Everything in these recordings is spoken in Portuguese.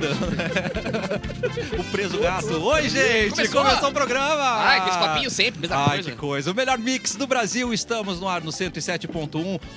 é o preso gato. Oi, gente! Começou? Começou, o programa! Ah, Ai, que esse papinho sempre, mesma Ai, coisa. que coisa. O melhor mix do Brasil. Estamos no ar no 107.1.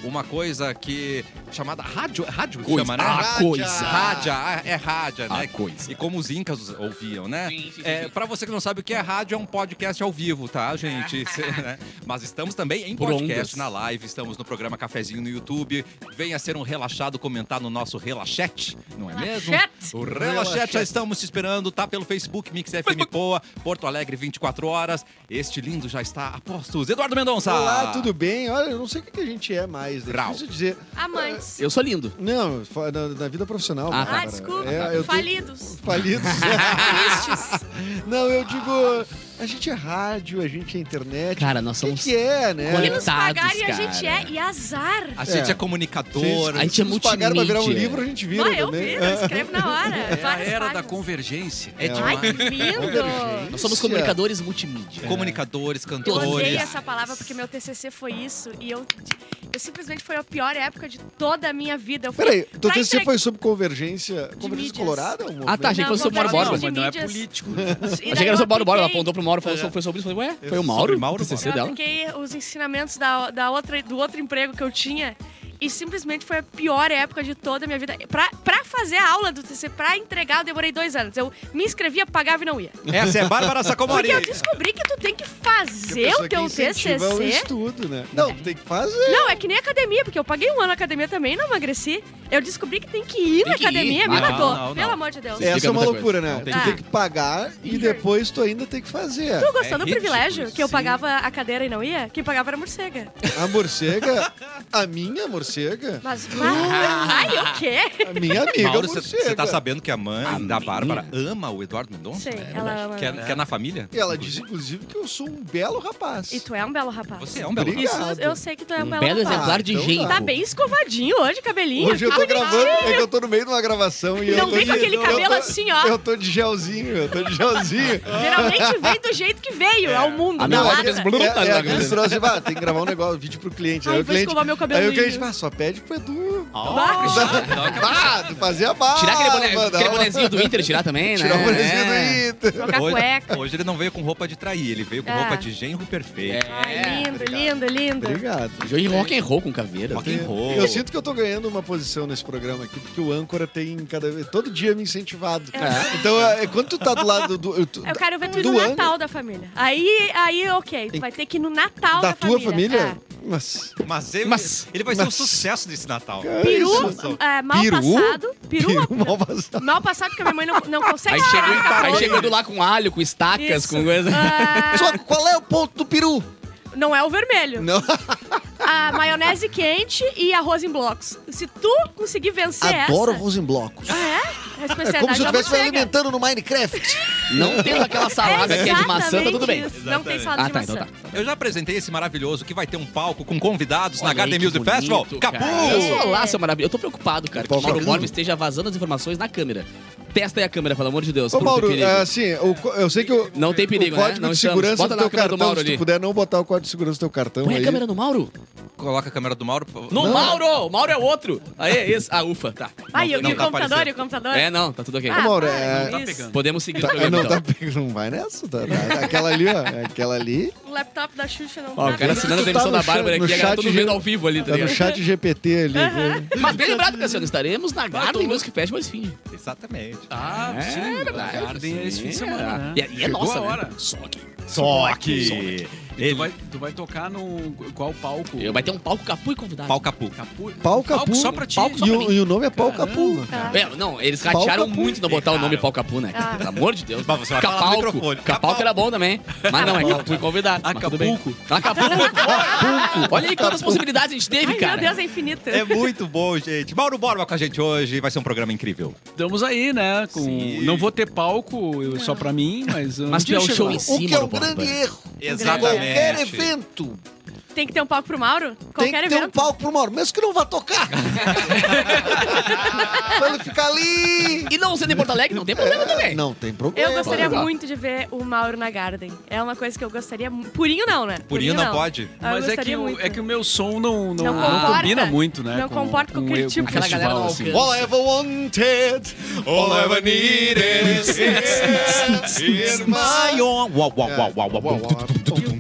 Uma coisa que... Chamada rádio. Rádio que Coisa. chama, Ah, né? A Rádio. coisa. Rádio. ah, É rádio, né? A coisa. E como os incas ouviam, né? Sim, sim, sim, É, sim. Pra você que não sabe o que é rádio, é um podcast ao vivo, tá, gente? Cê, né? Mas estamos também em Por podcast, ondas. na live. Estamos no programa Cafezinho no YouTube. Venha ser um relaxado comentar no nosso Relaxete, não é mesmo? Relaxete. O Relaxete, já estamos te esperando. Tá pelo Facebook, Mix FM Poa, Porto Alegre, 24 horas. Este lindo já está a postos. Eduardo Mendonça! Olá, tudo bem? Olha, eu não sei o que que a gente é mais. né? Brau. Difícil dizer. Amantes. Eu sou lindo. Não, fa- na, na vida profissional. Ah, né, tá. Ah, Bárbara? desculpa. É, eu tô- Falidos. Falidos. Tristes. não, eu digo... A gente é rádio, a gente é internet. Cara, nós o que, somos que é, né? Que nos Conectados, pagar e a cara. gente é. E azar. A gente é, É. comunicadora. A gente é Se nos pagaram pra virar um multimídia. livro, a gente vira Não, Ah, eu também. Ah, vi, eu escrevo na hora. É. várias páginas. convergência. É É. demais. É. Ai, que lindo. Nós somos Isso, comunicadores multimídia. Comunicadores, Eu odeio cantores. essa palavra porque meu TCC foi isso e eu, eu simplesmente foi a pior época de toda a minha vida. Eu fui Peraí, teu pra TCC entregar- foi sobre convergência... mídias. Convergência colorada? Ah, Um tá, movimento? achei que Não, fosse o Mauro convergência Borba. de Mas não é mídias. político. E Achei daí que era eu sobre o Mauro Borba, ela apliquei- apontou pro Mauro, falou, foi sobre isso. Eu Falei, ué, foi o Sobre Mauro? Mauro O TCC Borba. Eu dela? apliquei os ensinamentos da, da outra, do outro emprego que eu tinha e simplesmente foi a pior época de toda a minha vida. Pra, pra fazer a aula do TCC, pra entregar, eu demorei dois anos. Eu me inscrevia, pagava e não ia. Essa é Bárbara Sacomori. Porque eu descobri que tu tem que Porque a fazer pessoa o que teu incentiva o TCC. estudo, né? Não, tem que fazer. Não, é que nem academia, porque eu paguei um ano na academia também e não emagreci. Eu descobri que tem que ir na Tem que ir. academia, me Não, matou. não, não. Pelo amor de Deus. É. Essa é uma muita loucura, né? Não, tem tu que- tem que pagar e depois tu ainda tem que fazer. Tu gostou É do ridículo privilégio isso, que eu sim. pagava a cadeira e não ia? Quem pagava era a morcega. A morcega, a minha morcega, Mas, mas ai, o quê? a minha amiga Mauro, morcega. você tá sabendo que a mãe A da minha? Bárbara ama o Eduardo Mendonça? Sei, É ela ama. Que é, que é na família? E ela diz, inclusive, que eu sou um belo rapaz. E tu é um belo rapaz. Você é um belo Obrigado. Isso, eu sei que tu é um, Um belo, belo rapaz. exemplar de então gente. Tá bem escovadinho hoje, cabelinho. Hoje eu tô Tá gravando, é que eu tô no meio de uma gravação e eu Não tô vem com de- aquele eu cabelo tô- assim, ó. Eu tô de gelzinho, eu tô de gelzinho. Geralmente vem do jeito que veio ao mundo. A minha na loja lata. fez blu- É, tá é, na aqueles cabeça. troços de, ah, tem que gravar um negócio, vídeo pro cliente. Ai, aí é o vou cliente, escovar meu cabelo Aí o lindo. cliente, ah, só pede pro Edu. Bah, Ah, tu fazia barra. Tirar aquele, boné, mano, aquele dá uma- bonezinho do Inter, tirar também, né? Tirar Ah, o bonezinho É. do Inter. trocar cueca. Hoje, hoje ele não veio com roupa de trair, ele veio com É. roupa de genro perfeito. Ai, É. lindo, lindo, lindo. Obrigado. Joguei rock and roll com caveira. Rock and roll. É, Eu sinto que eu tô ganhando uma posição nesse programa aqui, porque o âncora tem cada vez. Todo dia me incentivado. É. Então, é, quando tu tá do lado do. eu- tu- Eu quero ver tu ir Do no ano. Natal da família. Aí, aí, ok. Tu vai ter que ir no Natal da, da tua família? É. Mas. Mas ele, Mas- ele vai ser um mas- sucesso nesse Natal. Peru, É Isso. é, mal Peru? passado. Peru, Peru mal, mal passado. mal passado, porque a minha mãe não, não consegue Aí, falar. chega- fica aí falando. chegando lá com alho, com estacas, Tá, Isso. com coisa. Ah, Só qual é o ponto do peru? não é o vermelho. Não. a maionese quente e arroz em blocos. Se tu conseguir vencer Adoro é essa... arroz em blocos. É? A É especialidade como se eu da estivesse me manteiga. alimentando no Minecraft. Não tendo aquela salada que é de maçã, tá Exatamente tudo bem. isso. Não tem salada Ah, de tá, maçã. então tá. Eu já apresentei esse maravilhoso que vai ter um palco com convidados na Olha aí, HD que Music bonito, Festival. cara. Capu! Olha só É. lá, seu maravilhoso. Eu tô preocupado, cara, que o Qual Mauro que é? Borba esteja vazando as informações na câmera. Testa aí a câmera, pelo amor de Deus. Ô, por- um por Mauro, perigo. é, assim, o co- eu sei que o. Não tem perigo, o né? código Não de estamos. segurança Bota do na teu câmera do cartão, Mauro se ali. tu puder não botar o código de segurança do teu cartão Põe aí. a câmera no Mauro. Coloca a câmera do Mauro. por favor. No Não. Mauro! Mauro é o outro. Aí, esse. Ah, ufa, tá. Ah, e, Não, o- não e o tá computador, aparecendo. e o computador? É, não, tá tudo ok. Ah, Mauro, para é- com Tá isso. pegando. Podemos seguir o Tá, programa, não, então. tá, não vai nessa, tá? Aquela ali, ó. Aquela ali. O laptop da Xuxa não Ó, tá o cara pegando. assinando a Tu tá demissão no da Bárbara chat- no aqui, a galera chat todo de- vendo ao vivo ali, tá Tá no ligado? chat GPT ali. né? Mas bem lembrado, Cassiano, estaremos Ah, na Garden Music Festival esse fim. Exatamente. Ah, sim. verdade, Garden é esse fim de semana, Tá. né? E, e é Chegou nossa, a né? hora. Só que Só que Tu ele vai, tu vai tocar no... Qual palco? eu- vai ter um palco capu e convidado. pau capu. Capu... Pau Palco Capu. só pra ti. Palco só E pra o, mim. e o nome é Pau Capu. É, não, eles Pau ratearam Capu. muito não botar o nome Erraram. pau capu, né? cara? Ah. Pelo amor de Deus. Mas você vai falar no microfone. Capalco era bom também. Mas não, é capu e convidado. mas tudo bem. Acapulco. Olha aí quantas possibilidades a gente teve, Ai, cara. meu Deus, é infinito. É muito bom, gente. Mauro Borba com a gente hoje. Vai ser um programa incrível. Estamos aí, né? Com... Sim. Não vou ter palco eu- só pra mim, mas... um Mas tu dia é o chega show lá. em O si, que é Mauro um grande Borba. erro. Exatamente. Qualquer evento. Tem que ter um palco pro Mauro? Tem Qualquer que ter um evento. palco pro Mauro, mesmo que não vá tocar. pra ele ficar ali. E não sendo em Porto Alegre, não tem problema também. Não tem problema. Eu gostaria legal. muito de ver o Mauro na Garden. É uma coisa que eu gostaria. mu- Purinho não, né? Purinho não pode? Ah, eu Mas é que, gostaria o- muito. é que o meu som não, não, Não não comporta. combina muito, né? Não comporta com aquele tipo. Aquela galera não festival, assim. alcança. All I ever wanted, all I ever needed is in my Maior. é Uau, uau, uau, uau, uau.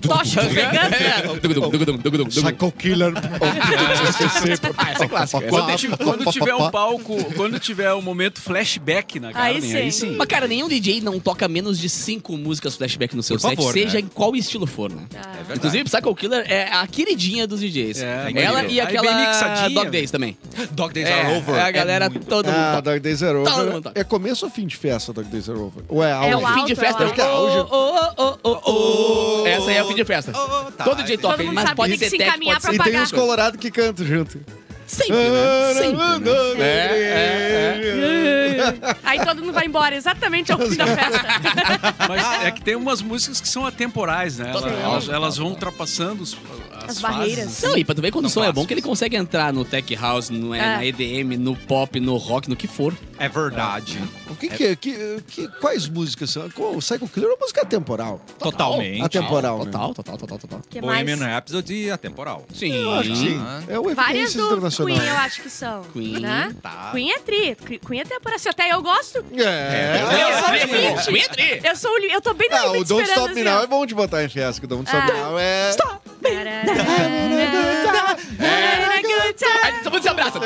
Tocha pegando. Psycho Killer. Ah, essa é clássica. Quando, tiver- quando tiver um palco, quando tiver um momento flashback na Aí Garden, sim. aí sim. Mas, cara, nenhum DJ não toca menos de cinco músicas flashback no seu Por set, favor, seja né? em qual estilo for, né? É Ah. verdade. Inclusive, Psycho Killer é a queridinha dos DJs. É, Ela e incrível. Aí bem aquela mixadinha, Dog Days também. Dog Days É, Are Over. é a galera muito- toda. Ah, Dark Days Are Todo mundo Over. toca. É começo ou fim de festa, Dark Days Are Over? Ou é É auge? o fim de alto, festa. é o Acho que é hoje. Oh, oh, oh, oh. Essa aí é o fim de festa. Oh, tá. Todo DJ toca, Todo mundo mas sabe, pode tem que ser se tech, encaminhar pode ser... E tem pagar. os colorados que cantam junto. Sempre, né? Sempre, né? É, é. Aí todo mundo vai embora exatamente ao fim da festa. Mas é que tem umas músicas que são atemporais, né? Elas, Total. elas- elas vão ultrapassando os- as, As barreiras. fases. Não, e pra tu ver quando o Não som é bom clássicos. que ele consegue entrar no tech house, no, é, É. na EDM, no pop, no rock, no que for. É verdade. O que, que é? Que, que- quais músicas são? O Psycho Killer é uma música temporal. Totalmente. Atemporal, né? Total, total, total, total. que mais? Bohemian Rhapsody atemporal. Sim. Eu acho que sim. É o Várias Evidências do Internacional. Queen, eu acho que são. Queen. Né? Tá. Queen é tri. Queen- Queen é temporada. Se até eu gosto, É. Eu sou É. Entre, limite. pô, entre. eu sou o li- Eu tô bem no Ah, o limite Don't esperando. assim, Stop Me Now é bom de botar em fiasco. O Don't Stop Me Ah. Now é... Aí todo mundo se abraça.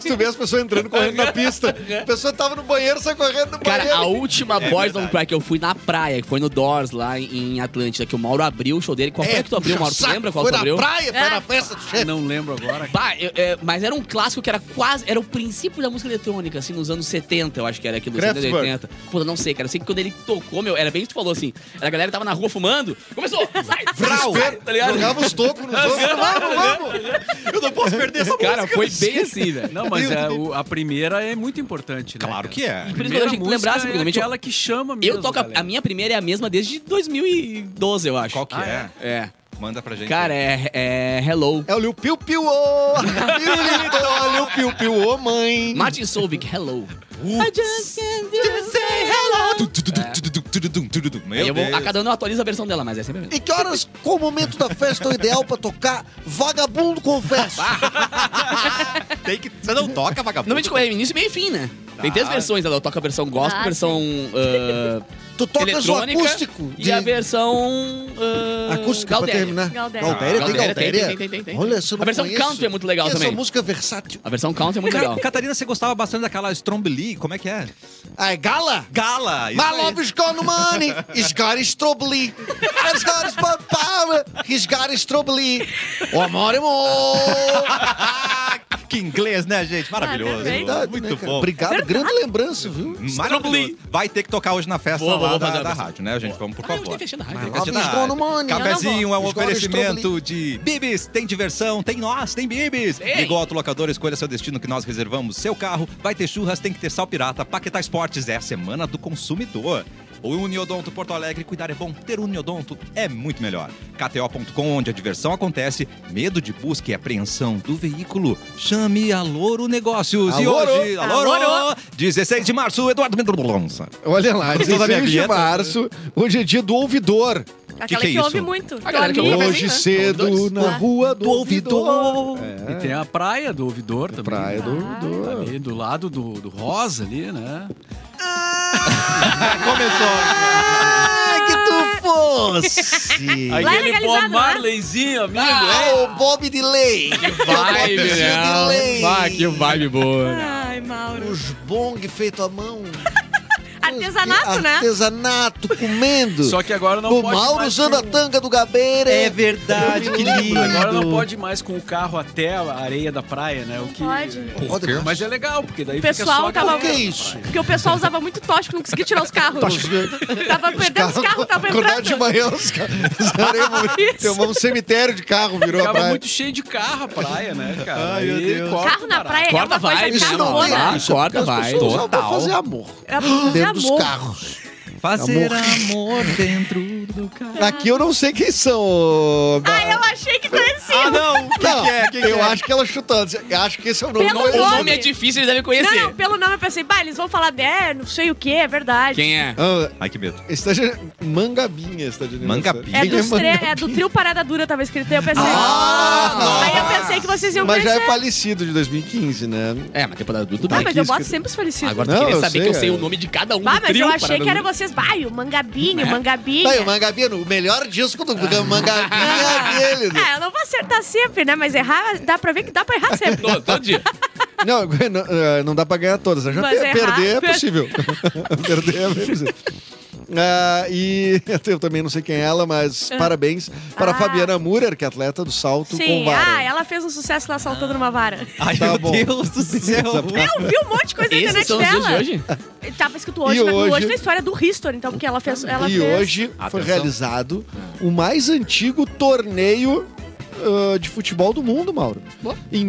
Se tu vê as pessoas entrando, correndo na pista. A pessoa tava no banheiro, sai correndo no banheiro. Cara, a última É boys don't cry que eu fui na praia, que foi no Doors lá em Atlântida, que o Mauro abriu o show dele. É, Qual foi é que tu abriu, Mauro? Tu É, saco, lembra qual foi tu abriu? na praia, foi Ah. na festa do chefe. Não lembro agora. Bah, eu- é, mas era um clássico que era quase. Era o princípio da música eletrônica, assim, nos anos 70, eu acho que era aquilo, Kraftwerk. 70, 80. Pô, eu não sei, cara. Eu sei que quando ele tocou, meu, era bem o que tu falou, assim. A galera tava na rua fumando, começou, sai, vral, tá ligado? Jogava os tocos nos outros. Vamos, vamos. Eu não posso perder essa Cara, foi bem assim, velho. Não, mas é, o- a primeira é muito importante, né? Claro cara? que é. Por isso que eu Primeira achei que tu música lembrasse, é primeiramente, eu- aquela que chama mesmo. Eu toco. A, galera. a minha primeira é a mesma desde 2012, eu acho. Qual que é? É. Manda pra gente. Cara, é, é Hello. É o Liu Piu Piu Ô. Então, Pirulito, Liu Piu Piu Ô, mãe. Martin Solvig, Hello. I just can't do- Aí Meu é um eu vou- a Deus. cada ano eu atualizo a versão dela, mas é sempre a mesma. E que horas, qual o momento da festa é o ideal pra tocar Vagabundo Confesso? Tem que... Você não toca, vagabundo. Normalmente é início, meio e fim, né? Tem Tá. três versões dela. Eu toco a versão gospel, a Ah, versão ah, Tu tocas o eletrônica acústico. e de- a versão ah, Acústica Gaudéria. pra terminar. Galdéria. Galdéria, tem Galdéria, tem, Galdéria? tem, tem, tem, tem. Olha, se eu não A versão conheço. country é muito legal Essa também. música é versátil. A versão country é muito Ca- legal. Catarina, você gostava bastante daquela Stromboli, como é que é? Ah, é gala? Gala! isso My aí. love is gone money, he's got his trouble. He's got his bad power, he's got his trouble. O amor é amor. que inglês, né, gente? Ah, é Maravilhoso. também. Muito né, cara? bom. Obrigado, grande lembrança, viu? Maravilhoso. Vai ter que tocar hoje na festa Boa, lá vou da- fazer a da, versão. rádio, né, gente? Vamos, por Ah, hoje favor. tem festa na rádio. Mas Vai lá, festa vamos na no Mone. rádio. Cafezinho é um Escola oferecimento de Bibis. Tem diversão, tem nós, tem Bibis. Tem. Igual Auto Locador, escolha seu destino que nós reservamos. Seu carro vai ter churras, tem que ter sal pirata. Paquetá Esportes é a semana do consumidor. O Uniodonto Porto Alegre, cuidar é bom, ter Uniodonto é muito melhor. KTO.com, onde a diversão acontece, medo de busca e apreensão do veículo. Chame a Louro Negócios. E Aloro. hoje, Louro, Aloro. 16 de março, Eduardo Mendonça. Olha lá, Gostou da minha 16 de vinheta? março. Hoje é dia do ouvidor. Aquela que que, é isso? ouve muito. A galera que Tua amiga, ouve. Hoje né? cedo, Ouvidores. na Ah. rua do ouvidor. E tem a Praia do Ouvidor também. né? Praia do ouvidor. Ali do lado do, do Rosa ali, né? Começou. Ah, que tu fosse. Lá é legalizado, né? Marleyzinho, amigo. é? é? Ah, o Bob Delay. Vibe, Bob Delay. né? Ah, que vibe boa. né? Ai, Mauro. Os bong feito à mão. Artesanato, né? Artesanato, comendo. Só que agora não o pode Mauro mais um- usando a com- tanga do Gabeira. É verdade, que lindo. Agora não pode mais com o carro até a areia da praia, né? o que... pode. Pode mais. Mas é legal, porque daí O pessoal fica só a tava- O galera. que é isso? Porque o pessoal usava muito tóxico, não conseguia tirar os carros. Tava perdendo os carros, tava né? Acordar de entrando. manhã, os caras. tá Isso. Tem um cemitério de carro, virou a Ficava praia. muito cheio de carro a praia, né, cara? Ai, meu Aí Deus. corta Carro na barato. praia é Corta uma coisa vibe, né, Isso não Vai, tem. cafona. vai, isso, corta, porque as vai. pessoas usam pra Total. fazer amor. É pra né? fazer Dentro dos amor. carros. Fazer Amor. amor dentro do do cara. Aqui eu não sei quem são. ô, Ah, eu achei que assim. conhecia. Ah, não! O que, Não, que é? Que que eu é? acho que ela chutou. Eu Acho que esse é o nome. Pelo Não, eu- O nome. nome é difícil, eles devem não, conhecer. não, pelo nome eu pensei, bah, eles vão falar, é, não sei o que, é verdade. Quem é? Ah, Ai, que medo. está de... Mangabinha está de Mangabinha? É, Quem dos tre- Mangabinha? é do trio Parada Dura, tava escrito. Aí eu pensei. Ah, aí eu nossa. pensei que vocês iam Mas já conhecer. é falecido de 2015, né? É, mas temporada do tudo Ah, bem. mas eu isso boto que- sempre os falecidos. Agora Não, tu queria eu saber sei, que eu sei é. o nome de cada um Bah, do mas trio, eu achei parada que era do- vocês. Bah, e o Mangabinho, Mangabinho. Tá, e o Mangabinha, o melhor disco do do Mangabinha é dele. Ah, eu não vou acertar sempre, né? Mas errar, dá pra ver que dá pra errar sempre. Todo, todo dia. Não, não, eh, não dá pra ganhar todas. né? Já Mas per- errar- perder per- é possível. perder é bem possível. Ah, e eu também não sei quem é ela, mas parabéns para Ah. a Fabiana Murer, que é atleta do salto com Sim, vara. ah, ela fez um sucesso lá saltando numa vara. Ai, Tá meu bom. Deus do céu. Eu vi um monte de coisa na Esses internet são os dias de dela. hoje? Tava escrito hoje, E mas hoje... hoje- na história do History, então, porque ela fez. Ela e fez... hoje foi Atenção. realizado o mais antigo torneio ah, de futebol do mundo, Mauro. Boa. Em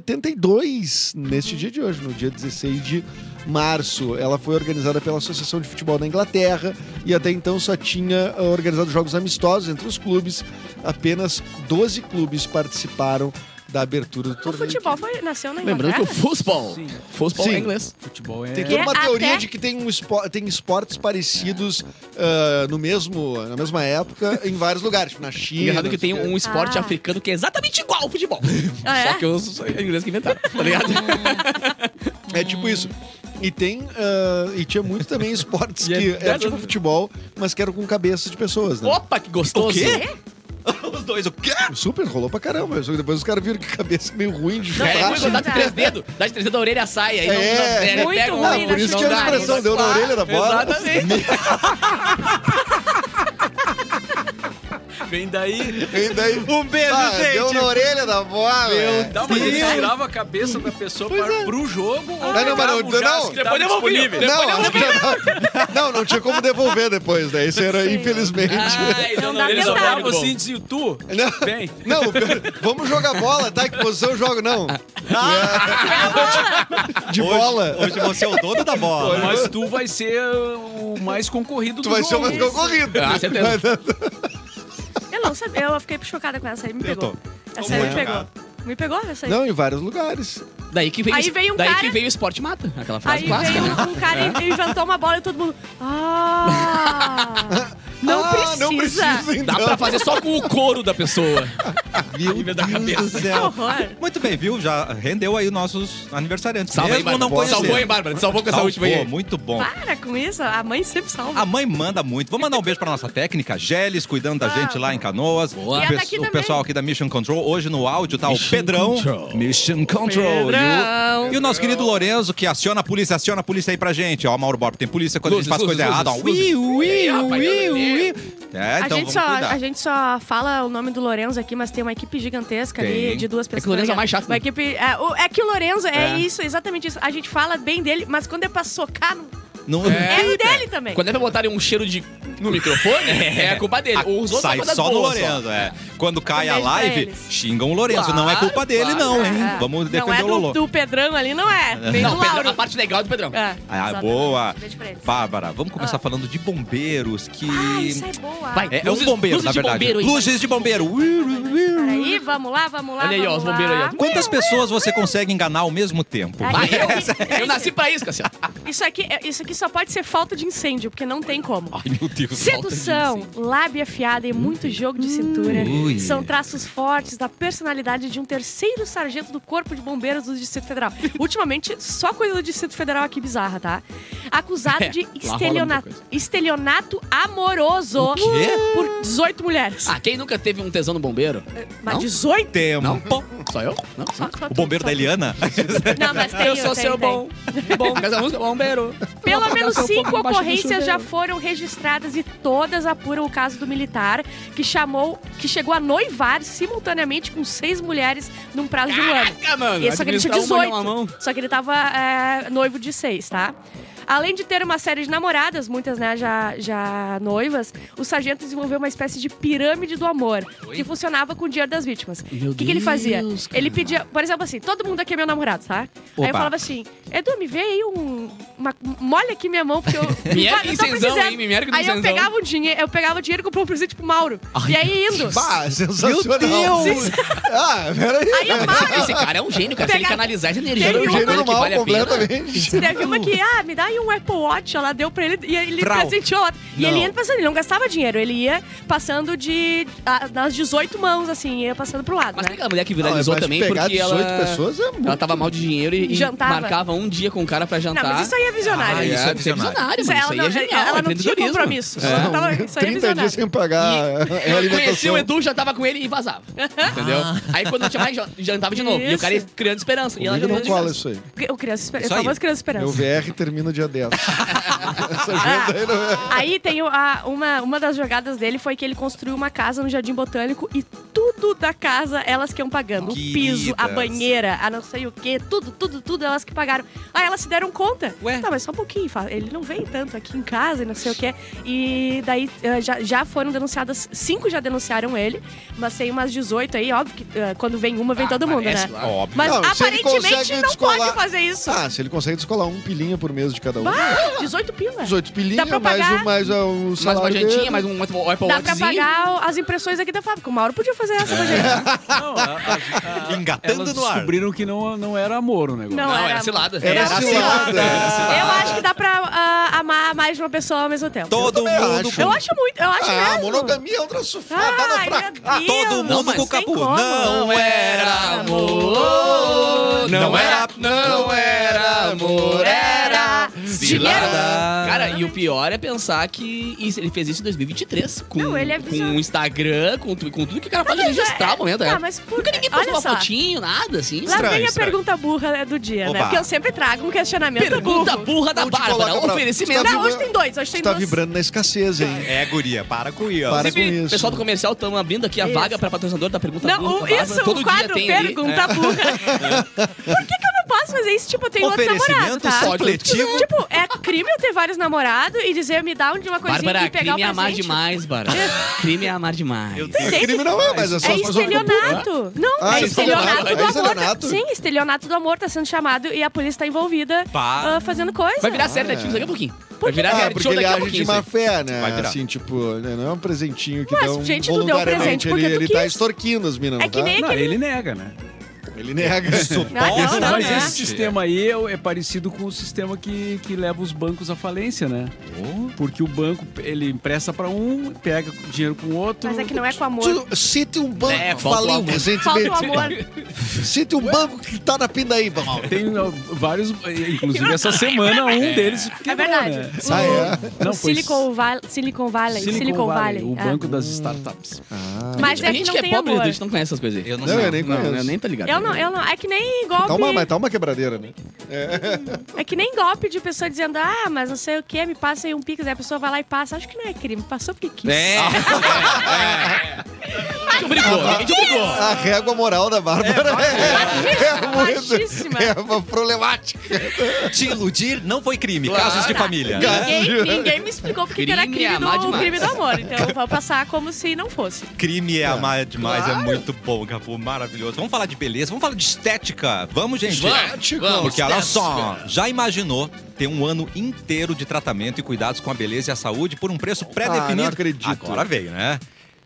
1872, neste dia de hoje, no dia 16 de março. Ela foi organizada pela Associação de Futebol da Inglaterra e até então só tinha ah, organizado jogos amistosos entre os clubes. Apenas 12 clubes participaram da abertura do O torneio. futebol foi- nasceu na Lembrando Inglaterra. que o futebol. Sim. Futebol Sim. é inglês. Futebol é... Tem toda É, uma até- teoria de que tem, um espo- tem esportes parecidos ah, no mesmo, na mesma época em vários lugares, tipo na China. Engraçado que tem não sei o um esporte Ah. africano que é exatamente igual ao futebol. Ah, é? Só que os ingleses que inventaram, tá ligado? um- quê. É tipo isso. E tem. ah, e tinha muito também esportes E é que era verdade. tipo futebol, mas que eram com cabeça de pessoas, né? Opa, que gostoso. O quê? Os dois, o quê? Super, rolou pra caramba. Só que depois os caras viram que cabeça é meio ruim de É, é jogar. muito Acho- contato de tá. três dedos. Dá de três dedos, a orelha sai. Aí É. não, não, Muito pega ruim, um, Ah, Por isso que a Não dá, expressão não deu na Claro, orelha da bola. Exatamente. Vem daí, E daí. Um beijo, pá, gente. deu na orelha da bola. é. dá uma tirava a cabeça da pessoa para, pro jogo. ou mas não, pegavam não, já não. as que Depois estavam eu vou ouvir. disponíveis. Não, acho que já não, não, não tinha como devolver depois, né? Isso era, Sim. infelizmente. Ai, Não dá Eles Tá. olhavam muito assim e bom. diziam, tu, Não. vem. Não, vamos jogar bola, tá? Que posição eu jogo? Não. Ah. De Hoje- bola. Hoje você é o dono da bola. Mas tu vai ser o mais concorrido Tu do vai ser jogo. o mais concorrido. Ah, certeza. é. Eu não sabia, eu fiquei chocada com essa aí, me pegou. Essa aí Muito me pegou. chocado. Me pegou essa aí. Não, em vários lugares. Daí que veio, Aí veio um daí cara- que veio o esporte mata. Aquela frase Aí clássica. veio né? um, um cara e inventou uma bola e todo mundo. Ah! Não Ah, precisa! Não precisa, um Dá então. pra fazer só com o couro da pessoa. Meu Nível da Deus do cabeça. Que céu. horror! Muito bem, viu? Já rendeu aí os nossos aniversariantes. Salva aí, Mesmo não Bárbara. conhecer. Salvou aí, Bárbara. Salvou com essa Salvou, última aí. muito bom. Para com isso, a mãe sempre salva. A mãe manda muito. Vou mandar um beijo pra nossa técnica, Geles, cuidando da gente lá em Canoas. Boa. O, Ah. E a pe- daqui o também. pessoal aqui da Mission Control. Hoje no áudio tá o Mission Pedrão. Control. Mission Control. E Pedrão. o, e o nosso querido Lorenzo, que aciona a polícia, aciona a polícia aí pra gente. Ó, Mauro Borba, tem polícia quando Luzes, a gente faz luzes, coisa errada. Ó, luzes, ui, luzes. ui, Ih, rapaz, ui, meu ui. É, A então vamos gente, só, cuidar. a gente só fala o nome do Lorenzo aqui, mas tem uma equipe gigantesca Tem. ali de duas que o pessoas. Lorenzo é né? mais chato, Uma né? equipe, é, o- é que o Lorenzo é. É. isso, exatamente isso. A gente fala bem dele, mas quando é pra socar, não- Não- é, É. dele também. Quando é pra botarem um cheiro de no microfone, é a culpa dele. Ah, Os outros Sai são coisas só do boas, Lorenzo, é. Quando cai a beijo pra live, eles. xingam o Lorenzo. Claro, não é culpa dele, claro. não, hein? É. Vamos defender não é o Lolô. Do, do Pedrão ali, não é. Nem Não, do Pedrão, Lauro. a parte legal é do Pedrão. É, Ah, exatamente. boa. Beijo pra eles. Bárbara, vamos começar falando de bombeiros que. Ah, isso é boa. Vai. É, é um Luzes- bombeiro, luzes na de verdade. bombeiro, hein? Luzes de bombeiro. Peraí, vamos lá, vamos lá. Olha aí, ó, vamos os bombeiros lá. aí, ó. Quantas pessoas você consegue enganar ao mesmo tempo? Ai. Vai, eu, eu nasci pra isso, Cassiano. É, Isso aqui, isso aqui só pode ser falta de incêndio, porque não tem como. Ai, meu Deus. Sedução, lábia afiada e muito jogo de cintura Ui. são traços fortes da personalidade de um terceiro sargento do Corpo de Bombeiros do Distrito Federal. Ultimamente, só coisa do Distrito Federal aqui bizarra, tá? Acusado É, de lá rola muita estelionato, coisa. estelionato amoroso O quê? por 18 mulheres. Ah, quem nunca teve um tesão no bombeiro? Mas não? 18? Tempo. Não? Só eu? Não? Só. Só- só O tu, bombeiro só da tu. Eliana? Não, mas tem, eu sou tem, seu tem. bom. Bom, essa música, bombeiro. Pelo menos Seu cinco fogo embaixo do ocorrências já chuveiro. foram registradas e todas apuram o caso do militar que chamou, que chegou a noivar simultaneamente com seis mulheres num prazo de um ano. Caraca, Ah, mano. E só que ele tinha administrar é uma 18. em uma mão. Só que ele tava é, noivo de seis, tá? Além de ter uma série de namoradas, muitas né, já, já noivas, o sargento desenvolveu uma espécie de pirâmide do amor, que funcionava com o dinheiro das vítimas. O que, Meu que ele fazia? Deus, Ele cara. pedia, por exemplo assim, todo mundo aqui é meu namorado, tá? Aí Opa. eu falava assim, Edu, me vê aí um... Uma, molha aqui minha mão, porque eu... Me eu ergue tô em cenzão, precisando. hein? Me ergue no Aí eu cenzão. pegava, o dinhe- eu pegava o dinheiro e comprava um presente pro Mauro. e aí indo... Bah, Ah, é sensacional. Meu Deus! Ah, peraí. É um Aí o Mauro... Esse cara é um gênio, cara. Se ele Pegar- canalizar essa energia Teve numa uma- coisa que Normal, vale a pena. né? completamente. Teve uma que, ah, me dá aí um Apple Watch, ela deu pra ele e ele Brau. presenteou. ela. E Não. ele ia passando, ele não gastava dinheiro, ele ia passando de. ah, nas 18 mãos, assim, ia passando pro lado, Mas né? tem a mulher que viralizou Não, é, mas também pegar porque ela. 18 pessoas é muito. Ela tava mal de dinheiro e, e Jantava. marcava um dia com o cara pra Não, jantar. mas isso aí é visionário. Ah, isso, é é visionário, Isso mano. aí Isso ela aí não, é genial. ela é não tinha empreendedorismo. compromisso. Ela tava- Isso aí é 30 dias visionário. sem pagar a Eu conheci É, alimentação. Ah. o Edu, já tava com ele e vazava. Entendeu? Aí quando não tinha mais, jan- jantava de novo. E o Isso. cara ia criando esperança. E ela Comigo jantando não de cola novo. isso aí. O criança esperança. Isso O aí. famoso criança Meu esperança. VR termina dia 10. Tá é. Ah, aí tem o- a- uma, uma das jogadas dele foi que ele construiu uma casa no Jardim Botânico e tudo da casa elas que iam pagando. O piso, a Queridas. banheira, a não sei o quê, tudo, tudo, tudo elas que pagaram. Aí elas se deram conta. Ué? Tá, mas só um pouquinho, fala, ele não vem tanto aqui em casa e não sei o quê. E daí eh, já, já foram denunciadas, cinco já denunciaram ele, mas tem umas 18 aí, óbvio que eh, quando vem uma, vem Ah, todo mundo, parece, né? claro. Óbvio. Mas Não, se ele aparentemente consegue não descolar- pode fazer isso. Ah, se ele consegue descolar um pilinha por mês de cada um. Bah, 18 pila. 18 Dá pilinha, pra mais, pagar- o, mais o Mais salário uma dele. jantinha, mais um Apple Apple Dá pra Watchzinho. pagar as impressões aqui da fábrica. O Mauro podia fazer essa É, da gente. Não, a- a- a- Engatando elas no ar. descobriram que não, não era amor o negócio. Não, Não, era- era cilada. Era Era cilada. cilada. Assim, é Eu acho que dá pra ah, amar mais de uma pessoa ao mesmo tempo. Todo também mundo acho. Eu acho muito, eu acho Ah, mesmo. monogamia é outra sufada Ai, fraca. meu Ah, Deus. todo mundo mas com o sem capu. como. é Não era amor. Não era- não era É. amor, É. era cilada. Cara, e o pior é pensar que isso- ele fez isso em 2023. Com, Não, ele é com visionário. o Instagram, com, tu- com tudo que o cara pode registrar o momento. Tá, é. mas por... Nunca ninguém postou Olha uma só. fotinho, nada assim. Lá tá vem a estranho. pergunta burra né, do dia, Oba. né? Porque eu sempre trago um questionamento Pergunta burro. burra da Não te Bárbara. coloca pra- Oferecimento. Tá Não, hoje vibrando- tem dois, hoje Você tem tá dois. vibrando na escassez, hein? É, guria, para com isso. Para com Inclusive, isso. o pessoal do comercial, estamos abrindo aqui a Isso. vaga para patrocinador da pergunta burra. Não, o- da Bárbara. isso, tá Todo o dia quadro tem ali. É. pergunta burra. Por que, que eu não posso fazer isso? Tipo, eu tenho outro namorado, Oferecimento tá? supletivo. Tipo, é crime eu ter vários namorados e dizer me dá um de uma coisinha Bárbara, e pegar crime é o amar presente? demais, Bárbara. crime é amar demais. Eu- Entende? Crime não é, mas é só É só- só- estelionato. Não, Ah, é é estelionato estelionato, do é amor. estelionato? Sim, estelionato do amor tá sendo chamado e a polícia tá envolvida Pá. ah, fazendo coisa. Vai virar série Netflix É. daqui a pouquinho. Vai virar Ah, série porque show ele daqui a age de pouquinho. má isso fé, Vai né? virar. Assim, tipo, né, não é um presentinho que Mas, dá um gente, tu deu voluntariamente. presente porque ele tu ele tá quis. extorquindo as minas, É não que tá? nem- Não, ele nega, né? Ele nega. Não, Suposta- não, Mas né? esse sistema aí é, é parecido com o sistema que, que leva os bancos à falência, né? Oh. Porque o banco, ele empresta pra um, pega dinheiro com o outro. Mas é que não é com amor. Tu cite um banco É, que falta o faliu amor. Falta recentemente. o amor. É Cite um banco que tá na pindaíba, Mauro. Tem uh, vários, eh, inclusive essa semana um deles É quebrou, verdade. né? O, Ah, é? Não, o foi Silicon, Valley, Silicon Valley. Silicon, Valley, o é. banco das startups. Mas a é que gente não que é tem pobre, a amor. gente não conhece essas coisas aí. Eu não Não, sei. eu nem Não, conheço. eu nem tô ligado. Eu não, eu não. É que nem golpe. Tá uma, mas tá uma quebradeira, né? É que nem golpe de pessoa dizendo, ah, mas não sei o que, me passa aí um pix. Aí a pessoa vai lá e passa. Acho que não é crime, passou porque quis. É, A gente obrigou, a gente obrigou. A régua moral da Bárbara é, é, Baixíssima. é, é uma problemática. te iludir não foi crime. Claro. Casos de família. Né? Claro. Ninguém, ninguém me explicou porque que era Crime é crime amar do, demais. crime do amor. Então eu vou passar como se não fosse. Então, Crime é amar demais. É muito bom, Capu. Maravilhoso. Vamos falar de beleza. Vamos falar de estética. Vamos, gente. Vamos, vamos, Porque olha só, estética. já imaginou ter um ano inteiro de tratamento e cuidados com a beleza e a saúde por um preço Ah, não pré-definido? acredito. Agora veio, né?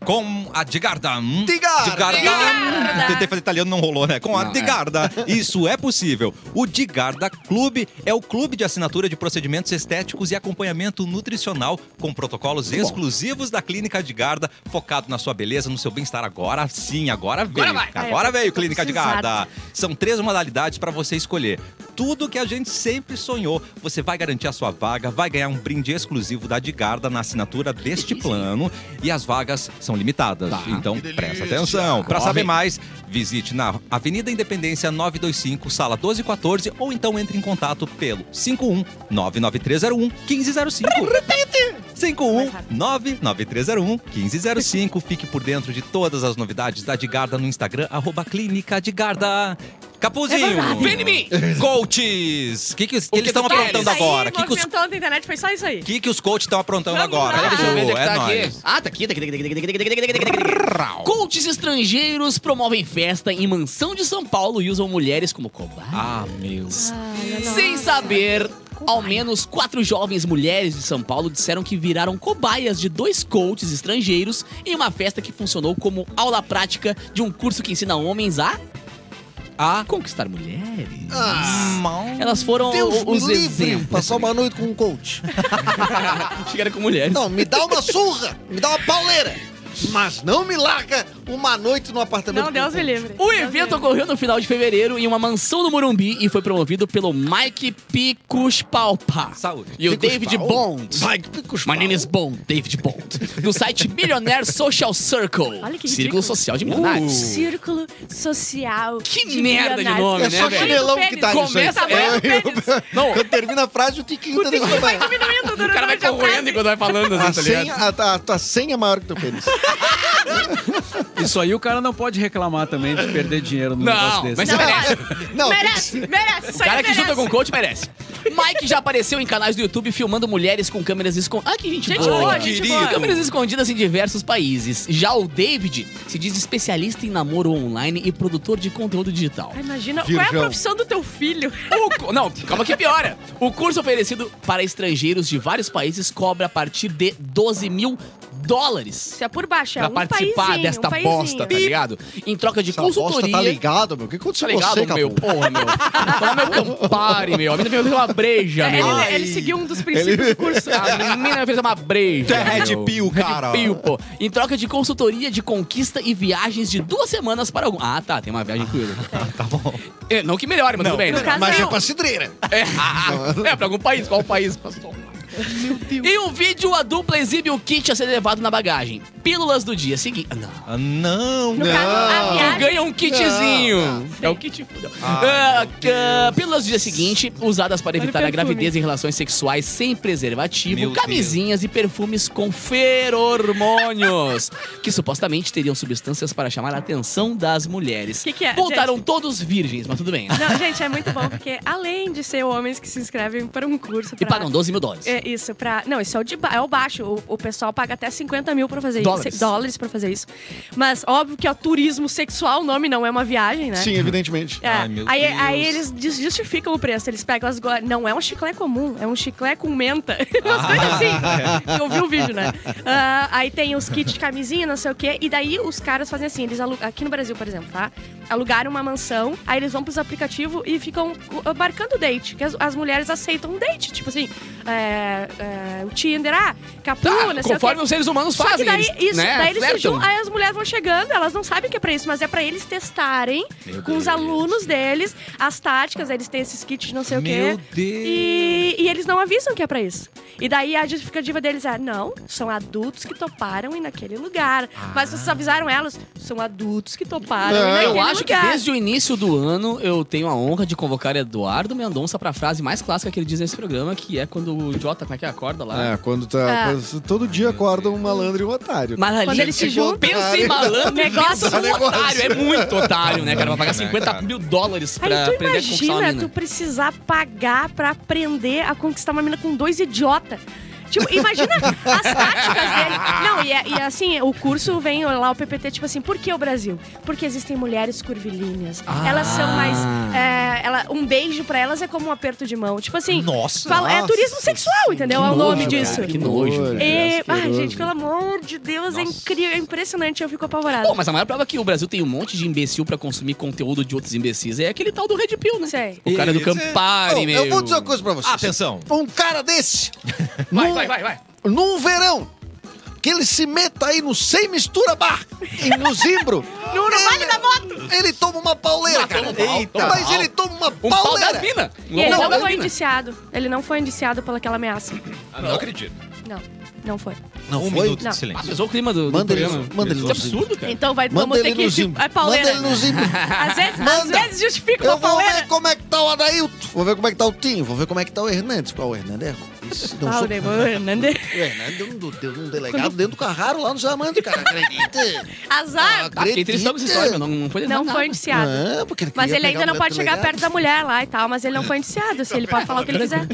Com a Digardam. Digarda. Digarda. Tentei fazer italiano, não rolou, né? Com a Não, é. Digarda. Isso é possível. O Digarda Clube é o clube de assinatura de procedimentos estéticos e acompanhamento nutricional com protocolos exclusivos da Clínica Digarda, focado na sua beleza, no seu bem-estar agora sim, agora veio. Agora vai. Agora É, veio, tô Clínica precisada. Digarda. São três modalidades para você escolher. Tudo que a gente sempre sonhou. Você vai garantir a sua vaga, vai ganhar um brinde exclusivo da Digarda na assinatura deste plano e as vagas são limitadas. Tá. Então presta atenção. Para saber mais, visite na Avenida Independência 925, sala 1214 ou então entre em contato pelo 51 99301 1505. Repite! 51 99301 1505. Fique por dentro de todas as novidades da Digarda no Instagram arroba Clínica Digarda. Capuzinho! Vem em mim! Coaches! O que, que, os- eles que estão tu Tá, queres? aprontando agora? O que, que os, movimentando a internet foi só isso aí. que, que os coaches estão aprontando Vamos agora? lá. Deixa eu ver onde é que é tá nóis. aqui. Ah, tá aqui, tá aqui, tá aqui, tá aqui, tá aqui, tá aqui, tá aqui, tá aqui, tá aqui. Rau. Coaches estrangeiros promovem festa em mansão de São Paulo e usam mulheres como cobaia. Ah, meu. Sem saber, ao menos quatro jovens mulheres de São Paulo disseram que viraram cobaias de dois coaches estrangeiros em uma festa que funcionou como aula prática de um curso que ensina homens a Ah, conquistar mulheres. Ah, mão. Elas foram Ah, Deus os me livre exemplos. passar uma noite com um coach. Chegaram com mulheres. Não, me dá uma surra, me dá uma pauleira. Mas não me larga uma noite no apartamento. com Não, um Deus me coach. livre. O Deus evento me livre. ocorreu no final de fevereiro em uma mansão do Morumbi e foi promovido pelo Mike Picuspalpa. Saúde. E o Picos David pau? Bond. Vai, que picos My pau. name is Bond, David Bond. Do site Millionaire Social Circle. Olha que Círculo ridículo. Social de Milionários. Círculo Social. Que de merda de bilionários. nome, É né, só velho? chinelão Tamanho do que tá pênis. nisso aí. Tamanho do pênis. Não, Quando termina a frase, o tiquinho tá O tiquinho vai um desaparece. diminuindo durante o cara vai a frase. correndo enquanto vai falando A assim, tá ligado? senha, a, a, a tua senha é maior que teu pênis. Isso aí o cara não pode reclamar também de perder dinheiro no Não, negócio desse. mas Não, é- merece. olha, Não, merece, merece. Isso O cara aí que merece. junta com o coach merece. Mike já apareceu em canais do YouTube filmando mulheres com câmeras escondidas. Ah, que gente, Gente boa. boa, gente boa. Câmeras escondidas em diversos países. Já o David se diz especialista em namoro online e produtor de conteúdo digital. Ah, Imagina, qual é Virgão. a profissão do teu filho? O cu- Não, calma que piora. O curso oferecido para estrangeiros de vários países cobra a partir de 12 mil dólares. Isso é por baixo, é Pra um participar paizinho, desta um paizinho. bosta, tá ligado? Em troca de Essa bosta consultoria. tá ligado, meu. O que aconteceu Tá com ligado, você, cara? meu? Porra, meu. Toma meu Campari, meu. A menina fez uma breja, É, meu. ele, ele seguiu um dos princípios do curso. A menina fez uma breja. Tu é Red meu. Pill, cara. Pill, pô. Em troca de consultoria de conquista e viagens de duas semanas para algum. Ah, tá. Tem uma viagem incluída. Tá bom. É, não que melhore, mas tudo bem, No né? caso, Mas é não. pra cidreira. Ah, É, pra algum país. Qual país? Pastor? Em um vídeo, a dupla exibe o kit a ser levado na bagagem. Pílulas do dia seguinte. Ah, Não. Ah, Não. No caso, a Tu viagem... ganha um kitzinho. É o kit. Ah, ah, pílulas do dia seguinte, usadas para Olha o evitar a perfume. gravidez em relações sexuais sem preservativo, Meu camisinhas e perfumes com feromônios, que supostamente teriam substâncias para chamar a atenção das mulheres. Que que é, Voltaram todos virgens, mas tudo bem. Não, gente, é muito bom, porque além de ser homens que se inscrevem para um curso... E pra- pagam 12 mil dólares. É isso, pra. Não, isso é o, de ba- é o baixo. O, o pessoal paga até 50 mil pra fazer Dólares. isso. Dólares pra fazer isso. Mas óbvio que é o turismo sexual, o nome não é uma viagem, né? Sim, evidentemente. É. Ai, meu aí, Deus. aí eles des- justificam o preço. Eles pegam as. go- Não é um chiclete comum, é um chiclete com menta. Ah. Umas coisas assim. Eu vi o vídeo, né? Ah, aí tem os kits de camisinha, não sei o quê. E daí os caras fazem assim: eles alu- aqui no Brasil, por exemplo, tá? Alugaram uma mansão, aí eles vão pros aplicativos e ficam co- marcando date. Que as, as mulheres aceitam date. Tipo assim, é, é, o Tinder, ah, Capu, Tá, não sei o quê. conforme os seres humanos Só que fazem. daí, eles, isso, né, daí eles se flertam. juntam, aí as mulheres vão chegando, elas não sabem que é pra isso, mas é pra eles testarem Meu com os Deus. alunos deles as táticas, aí eles têm esses kits de não sei o quê. Meu Deus. E, e eles não avisam que é pra isso. E daí a justificativa deles é: não, são adultos que toparam ir naquele lugar. Ah. Mas vocês avisaram elas, são adultos que toparam ir naquele Eu acho que lugar. desde o início do ano eu tenho a honra de convocar Eduardo Mendonça pra frase mais clássica que ele diz nesse programa, que é quando o Jota, como é que é, acorda lá? É, quando tá. quando- todo dia acorda um malandro e um otário. Mas ali, Quando eles se juntam. pensa em malandro, Negócio negócio do um otário, é muito otário, né, cara? Vai pagar Né, 50 cara? mil dólares Aí pra tu aprender a né? conquistar uma imagina tu mina. precisar pagar pra aprender a conquistar uma mina com dois idiota. Tipo, imagina as táticas dele. Não, e, é- e assim, o curso vem lá, o PPT, tipo assim, por que o Brasil? Porque existem mulheres curvilíneas. Elas são Ah. mais. é, ela- um beijo pra elas é como um aperto de mão. Tipo assim, Nossa. fala- é nossa, turismo sexual, entendeu? É o nome nojo, disso. cara, que nojo. é horror, E, ai, asqueroso. gente, pelo amor de Deus, é incrível, é impressionante, eu fico apavorada. Bom, mas a maior prova é que o Brasil tem um monte de imbecil pra consumir conteúdo de outros imbecis é aquele tal do Red Pill, né? Sei. O cara do Isso é- Campari, Não, meu. Ah, eu vou dizer uma coisa pra vocês. Atenção. Um cara desse, Vai, vai, vai, vai. num verão, que ele se meta aí no Sem Mistura Bar, em Luzimbro. No- no ele- Vale da Moto. Ele toma uma pauleira, Mas cara. toma um pau, Eita. toma um Mas pau. ele toma uma Um pau das pauleira. minas. E ele Um pau não das foi minas. indiciado. Ele não foi indiciado pelaquela ameaça. Ah, não acredito. Não, não foi. Não um foi? minuto Não. de Ah, silêncio. pesou o clima do, do Manda ele- programa. manda ele Isso é nos- absurdo, cara. Então vai, Manda vamos ter ele que. no Zimbro. É Manda pauleira. ele no Zimbro. Às vezes, às Manda. vezes justifica Eu uma vou ver pauleira. como é que tá o Adailto. Vou ver como é que tá o Tim. Vou ver como é que tá o Hernandes. Qual o Hernandes? Isso, não sou... Paulo Hernandes. Ué, né, deu um, deu um delegado dentro do Carraro lá no Jamando, cara. Acredita? Tá, Azar. Ah, fiquei triste com essa história, meu. Não, não foi Não nada. foi indiciado. Ah, porque ele Mas queria ele pegar ainda o não pode chegar delegado. perto da mulher lá e tal, mas ele não foi indiciado, assim, ele pode falar o que ele quiser.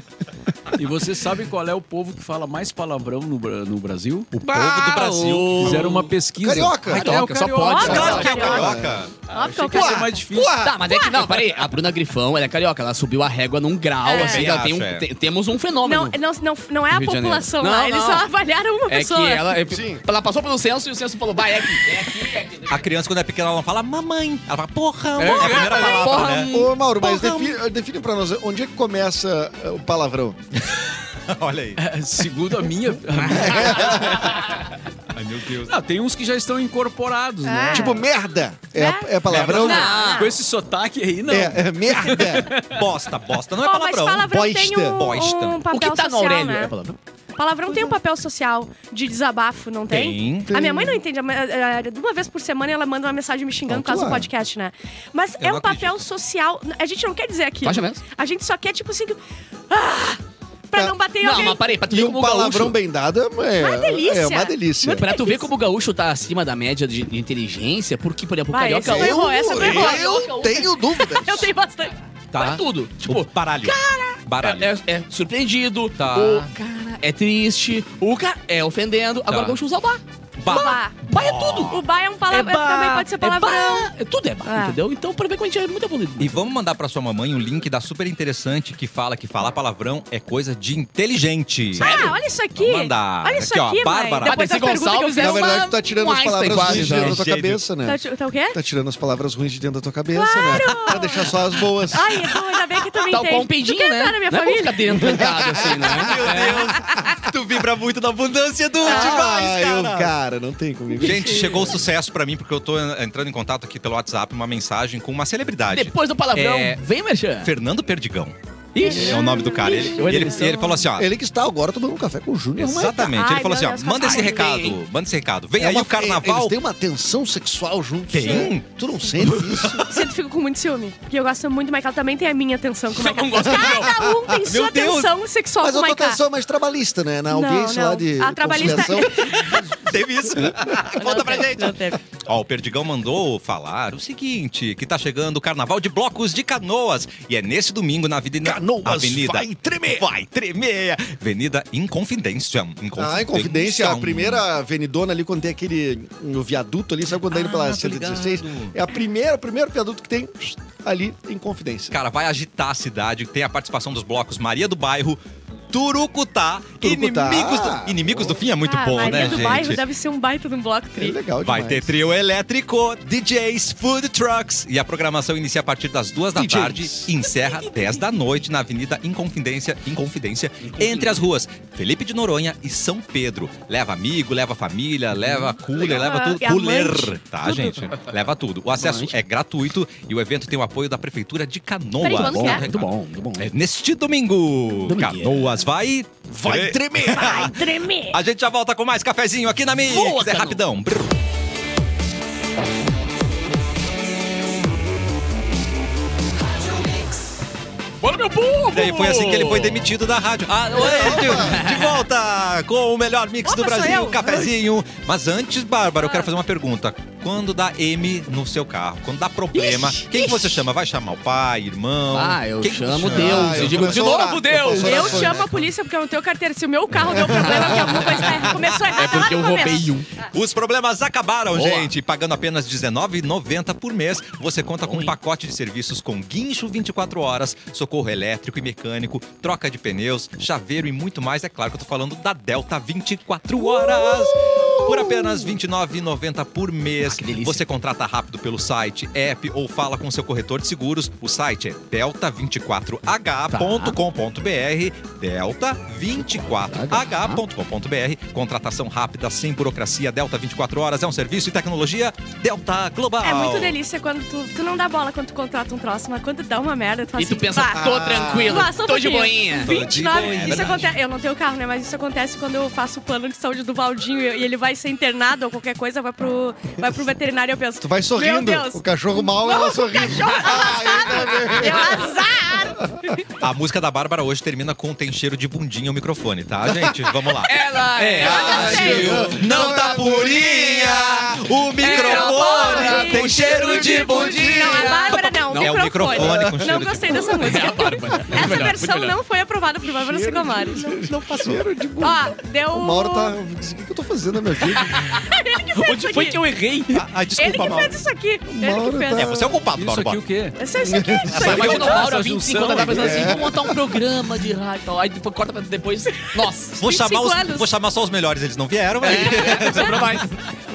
E vocês sabem qual é o povo que fala mais palavrão no, Bra- no Brasil? O povo do Brasil. Fizeram uma pesquisa. Carioca. Ah, é o Carioca, só pode. né? Ah, Claro que é o Carioca. carioca. Óbvio que eu Achei que ia ser quero. mais difícil. Tá, mas é que não, peraí. A Bruna Grifão, ela é carioca, ela subiu a régua num grau, É. assim, ela tem um, Também acho, é. te- temos um fenômeno. Não, não, não, não é a Rio de Janeiro. população Não, lá, eles não. só avaliaram uma é que pessoa. ela, é- ela passou pelo censo e o censo falou, vai, é aqui, é aqui, é aqui. A criança, quando é pequena, ela não fala mamãe. Ela fala porra, É, amor. É a primeira é, palavra, porra, né? Ô, Mauro, mas Porra, define, define pra nós, onde é que começa eh, o palavrão? Tá. Olha aí. É, Segundo a minha. Ai, meu Deus. Não, tem uns que já estão incorporados, né? É. Tipo, merda. É, Né? é palavrão? Não. Com esse sotaque aí, não. É, é merda. Bosta, bosta. Não é Ó, mas palavrão. palavrão tem Bosta. um, Bosta. um papel O que tá no social, Aurélio? né? É palavrão? Palavrão tem um é. papel social de desabafo, não tem? Tem. A minha mãe não entende. a mãe- eh, eh, Uma vez por semana ela manda uma mensagem me xingando por causa do Claro. podcast, né? Mas Eu é não um papel social. A gente não quer dizer aquilo. Baixa mesmo. A gente só quer, tipo assim. que- Ah! Pra não bater em Não, alguém. mas peraí, pra tu E Tipo ver um como o palavrão gaúcho... bem dado é, Uma delícia. é uma delícia. Pra tu ver como o gaúcho tá acima da média de de inteligência, porque, por exemplo, o Vai, carioca... esse foi ou- bom, essa foi boa. Eu tenho dúvidas. Eu tenho bastante. Pra tudo. Tipo, Tipo, baralho. Baralho. É, é- é surpreendido, Tá. o cara é triste, o cara é ofendendo. Agora Tá. o gaúcho usa o bar. Bah. Bah. Bah é tudo. O ba é um palavrão. Também pode ser palavrão. É bah, é tudo é bar, É. entendeu? Então, pra ver como a gente é muito evoluído. E vamos mandar pra sua mamãe um link da super interessante que fala que falar palavrão é coisa de inteligente. Ah, olha isso aqui. Vamos mandar. Olha isso Aqui, ó, aqui, mãe. Bárbara. Depois da Patrícia pergunta que eu Gonçalves é fiz. Na uma- verdade, tu tá tirando um as Einstein palavras quase, ruins de né? dentro da tua Gênio. cabeça, né? Tá, tá o quê? Tá tirando as palavras ruins de dentro da tua cabeça, né? Pra deixar só as boas. Ai, Edu, ainda bem que tu me Tal entende. qual um tu quer peidinho, né? entrar na minha Não é bom família? ficar dentro trancado, assim, Ah, né? Meu Deus. tu vibra muito na abundância do Ah, eu, cara. cara, não tem comigo. Gente, chegou o sucesso pra mim, porque eu tô entrando em contato aqui pelo WhatsApp, uma mensagem com uma celebridade. Depois do palavrão, É. vem, Merchan. Fernando Perdigão Ixi. é o nome do cara. Ele, Olha ele- isso. ele falou assim, ó. Ele que está agora tomando um café com o Júnior. mas- é Exatamente. Ele Ai, falou meu assim, ó. Deus, Manda esse casal. recado. Manda esse recado. Vem aí uma- o carnaval. Eles têm uma tensão sexual juntos. Tem? né? Tu não sente isso? Sempre fico com muito ciúme. Porque eu gosto muito do Michael. Também tem a minha atenção com o Michael. Não gosto do Michael. Cada um tem sua Deus. atenção sexual Mas com a o tua Michael. atenção é mais trabalhista, né? Na tá? Não, audiência lá não. de A trabalhista- conciliação. Teve isso. Conta "Tá pra gente. Não teve. Ó, o Perdigão mandou falar o seguinte, que tá chegando o Carnaval de Blocos de Canoas. E é nesse domingo na Canoas Avenida... Avenida, vai tremer. Vai tremer. Avenida Inconfidência. Inconfidência. Ah, em Confidência, a primeira avenidona ali, quando tem aquele o viaduto ali, sabe quando tá indo Ah, pela tô 116? ligado. É a primeira, o primeiro viaduto que tem ali em É Confidência. Cara, vai agitar a cidade. Tem a participação dos blocos Maria do Bairro, Turucutá. Turucutá. Inimigos, do, Inimigos do Fim é muito Ah, bom, Maria né, do gente? bairro deve ser um baita de um bloco É tri. legal demais. Vai ter trio elétrico, DJs, food trucks. E a programação inicia a partir das duas da DJs. tarde e encerra 10 da noite na Avenida Inconfidência, Inconfidência, entre as ruas Felipe de Noronha e São Pedro. Leva amigo, leva família, leva cooler, leva tudo. E amante. Cooler, tá, gente? Leva tudo. O acesso é gratuito e o evento tem o apoio da Prefeitura de Peraí, Canoas. quando que é? Muito bom. muito bom. É neste domingo, Domingo. Canoas vai... Vai tremer. Vai tremer. A gente já volta com mais cafezinho aqui na Mix. Voa, É Cano. rapidão. Brrr. Bora, meu povo! É E aí foi assim que ele foi demitido da rádio. Ah, oi, de volta com o melhor mix do Opa, sou Brasil, eu. Ah. cafezinho. Mas antes, Bárbara, eu quero fazer uma pergunta. Quando dá M no seu carro, quando dá problema, Ixi, quem que ixi. você chama? Vai chamar o pai, irmão? Ah, eu Quem que chamo você Deus. eu Ah, eu digo, de começo a orar, novo, Deus! começo a orar. Eu Foi, chamo né? a polícia porque eu não tenho carteira. Se o meu carro deu problema, que alguma coisa tá errada. começou errado. É porque eu lá no começo. roubei um. Os problemas acabaram, Boa. gente. Pagando apenas R$19,90 por mês, você conta com um pacote de serviços com guincho 24 horas, socorro elétrico e mecânico, troca de pneus, chaveiro e muito mais. É claro que eu tô falando da Delta 24 horas. Por apenas R$29,90 por mês. Uh! Ah, que delícia. você contrata rápido pelo site, app ou fala com seu corretor de seguros. O site é delta24h.com.br. Delta24h.com.br. Contratação rápida, sem burocracia. Delta 24 horas é um serviço e tecnologia Delta Global. É muito delícia quando tu, tu não dá bola quando tu contrata um troço, mas quando dá uma merda, tu faz E tu assim, pensa, "Bah, tô tranquilo, Ah, só um tô de boinha. pouquinho. Tô de 29, boa, é isso verdade. acontece. Eu não tenho carro, né? Mas isso acontece quando eu faço o plano de saúde do Valdinho e ele vai sem internado ou qualquer coisa, vai pro, vai pro veterinário e eu penso. Tu vai sorrindo. Meu Deus, O cachorro mal, ela sorrindo. Ah, deu azar! A música da Bárbara hoje termina com tem cheiro de bundinha o microfone, tá, gente? Vamos lá. Ela um é ágil, não É tá purinha, o microfone tem cheiro de Não, a Bárbara não, Não, é o microfone com cheiro Não de gostei dessa música. Essa melhor, muito versão melhor. não foi aprovada por Bárbara Sicomari. Não passou. de bunda. Ó, deu. O Mauro tá. O que que eu tô fazendo na minha vida? Onde foi que eu errei? Ah, Ele que desculpa, Mauro. fez isso aqui. Ele que Mauro tá- fez. É, você é o culpado, Isso Mauro aqui Borba. o quê? Essa, isso aqui. Você imagina o Mauro há Essa 25 junção anos, tá aí. pensando assim, vou montar um programa de rádio e tal. Aí depois corta pra depois. Nossa. Vou chamar, 25 os, anos. É. vou chamar só os melhores, eles não vieram, mas Ó,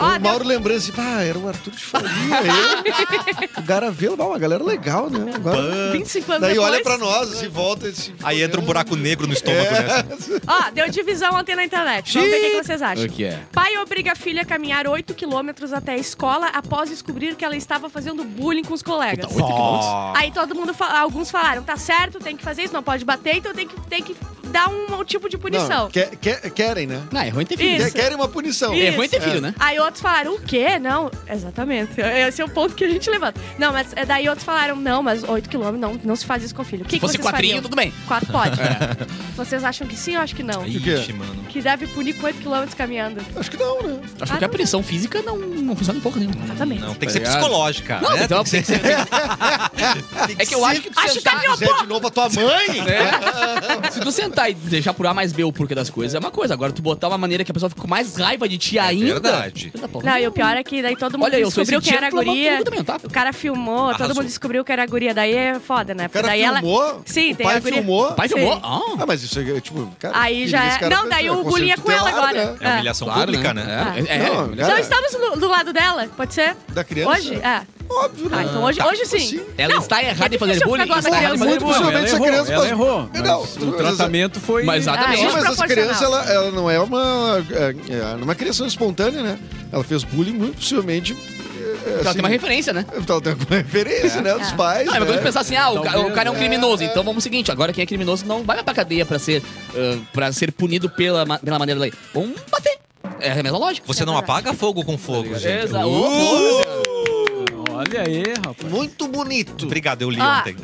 o deu Mauro lembrando assim, ah, era o Arthur de Faria. eu. o Garavelo, ah, uma galera legal, né? Agora, 25 anos daí depois. olha pra nós, se volta e assim, se... aí entra um buraco negro no estômago, né? Ó, deu divisão ontem na internet. Vamos ver o que que vocês acham. O que é? Pai obriga a filha a caminhar 8 quilômetros até a escola após descobrir que ela estava fazendo bullying com os colegas. Então, Ó. Aí todo mundo, fa- alguns falaram, tá certo, tem que fazer isso, não pode bater, então tem que, tem que dar um, um tipo de punição. Não, quer- quer- querem, né? Não, é ruim ter filho. filho. Isso. Quer- Querem uma punição. Isso. É ruim ter filho, né? Aí outros falaram, o quê? Não, exatamente. Esse é o ponto que a gente levanta. Não, mas é, daí outros falaram, não, mas 8 quilômetros, não, não se faz isso com o filho. O que, Se que fosse vocês quatrinho, fariam? tudo bem. É. Quatro pode. Vocês acham que sim? Eu acho que não. quê? Ixi, mano. Que deve punir com 8 quilômetros caminhando. Acho que não, né? Acho que qualquer pressão física não, não funciona um né? em porra nenhuma. Exatamente. Não, tem que ser ligado? psicológica, Não, né? então Tem que ser- É que eu acho que tu Acho que é sentar, meu Quiser de novo a tua mãe? se tu sentar e deixar por A mais B o porquê das coisas, é uma coisa. Agora, tu botar uma maneira que a pessoa fica com mais raiva de ti ainda... verdade. Puta porra. Não, e o pior é que daí todo mundo Olha, eu sou descobriu esse quem era a título, guria. mas todo mundo também, tá? O cara filmou, Arrasou. todo mundo descobriu que era a guria. Daí é foda, né? O cara daí filmou? ela. Sim, o tem a pai guria. filmou? Pai Sim. filmou? Ah, Ah, mas isso aí, tipo, cara... Aí já esse é- cara Não, fez, daí né? o bullying é com ela tutelar, agora. né? É humilhação Claro, pública, né? É, é, é, Não, humilhação. Então cara, estamos no- do lado dela? Pode ser? Da criança? Hoje? É. Óbvio, né? Assim, Ah, então hoje, hoje sim. Ela está errada em fazer difícil bullying? ficar com Está a errada em criança. fazer Muito bullying. Ela possivelmente essa errou, criança... ela errou. Não, mas tu- o tratamento foi... Mas a- Exatamente. Ah, Sim, é mas essa criança, desproporcional. ela, ela não é uma, é, é uma criação espontânea, né? Ela fez bullying, muito possivelmente... é, Ela assim, tem uma referência, né? Ela tem alguma referência, né? Dos É. pais, Não, é uma coisa de né? pensar assim, ah, o, ca- Talvez, o cara é um é. criminoso, então vamos o seguinte, agora quem é criminoso não vai pra cadeia pra ser, ah, pra ser punido pela, ma- pela maneira da lei. Vamos bater. É a mesma lógica. Você não apaga fogo com fogo, gente. Exato. Boa, Olha aí, rapaz. Muito bonito. Obrigado, eu li Ah. ontem.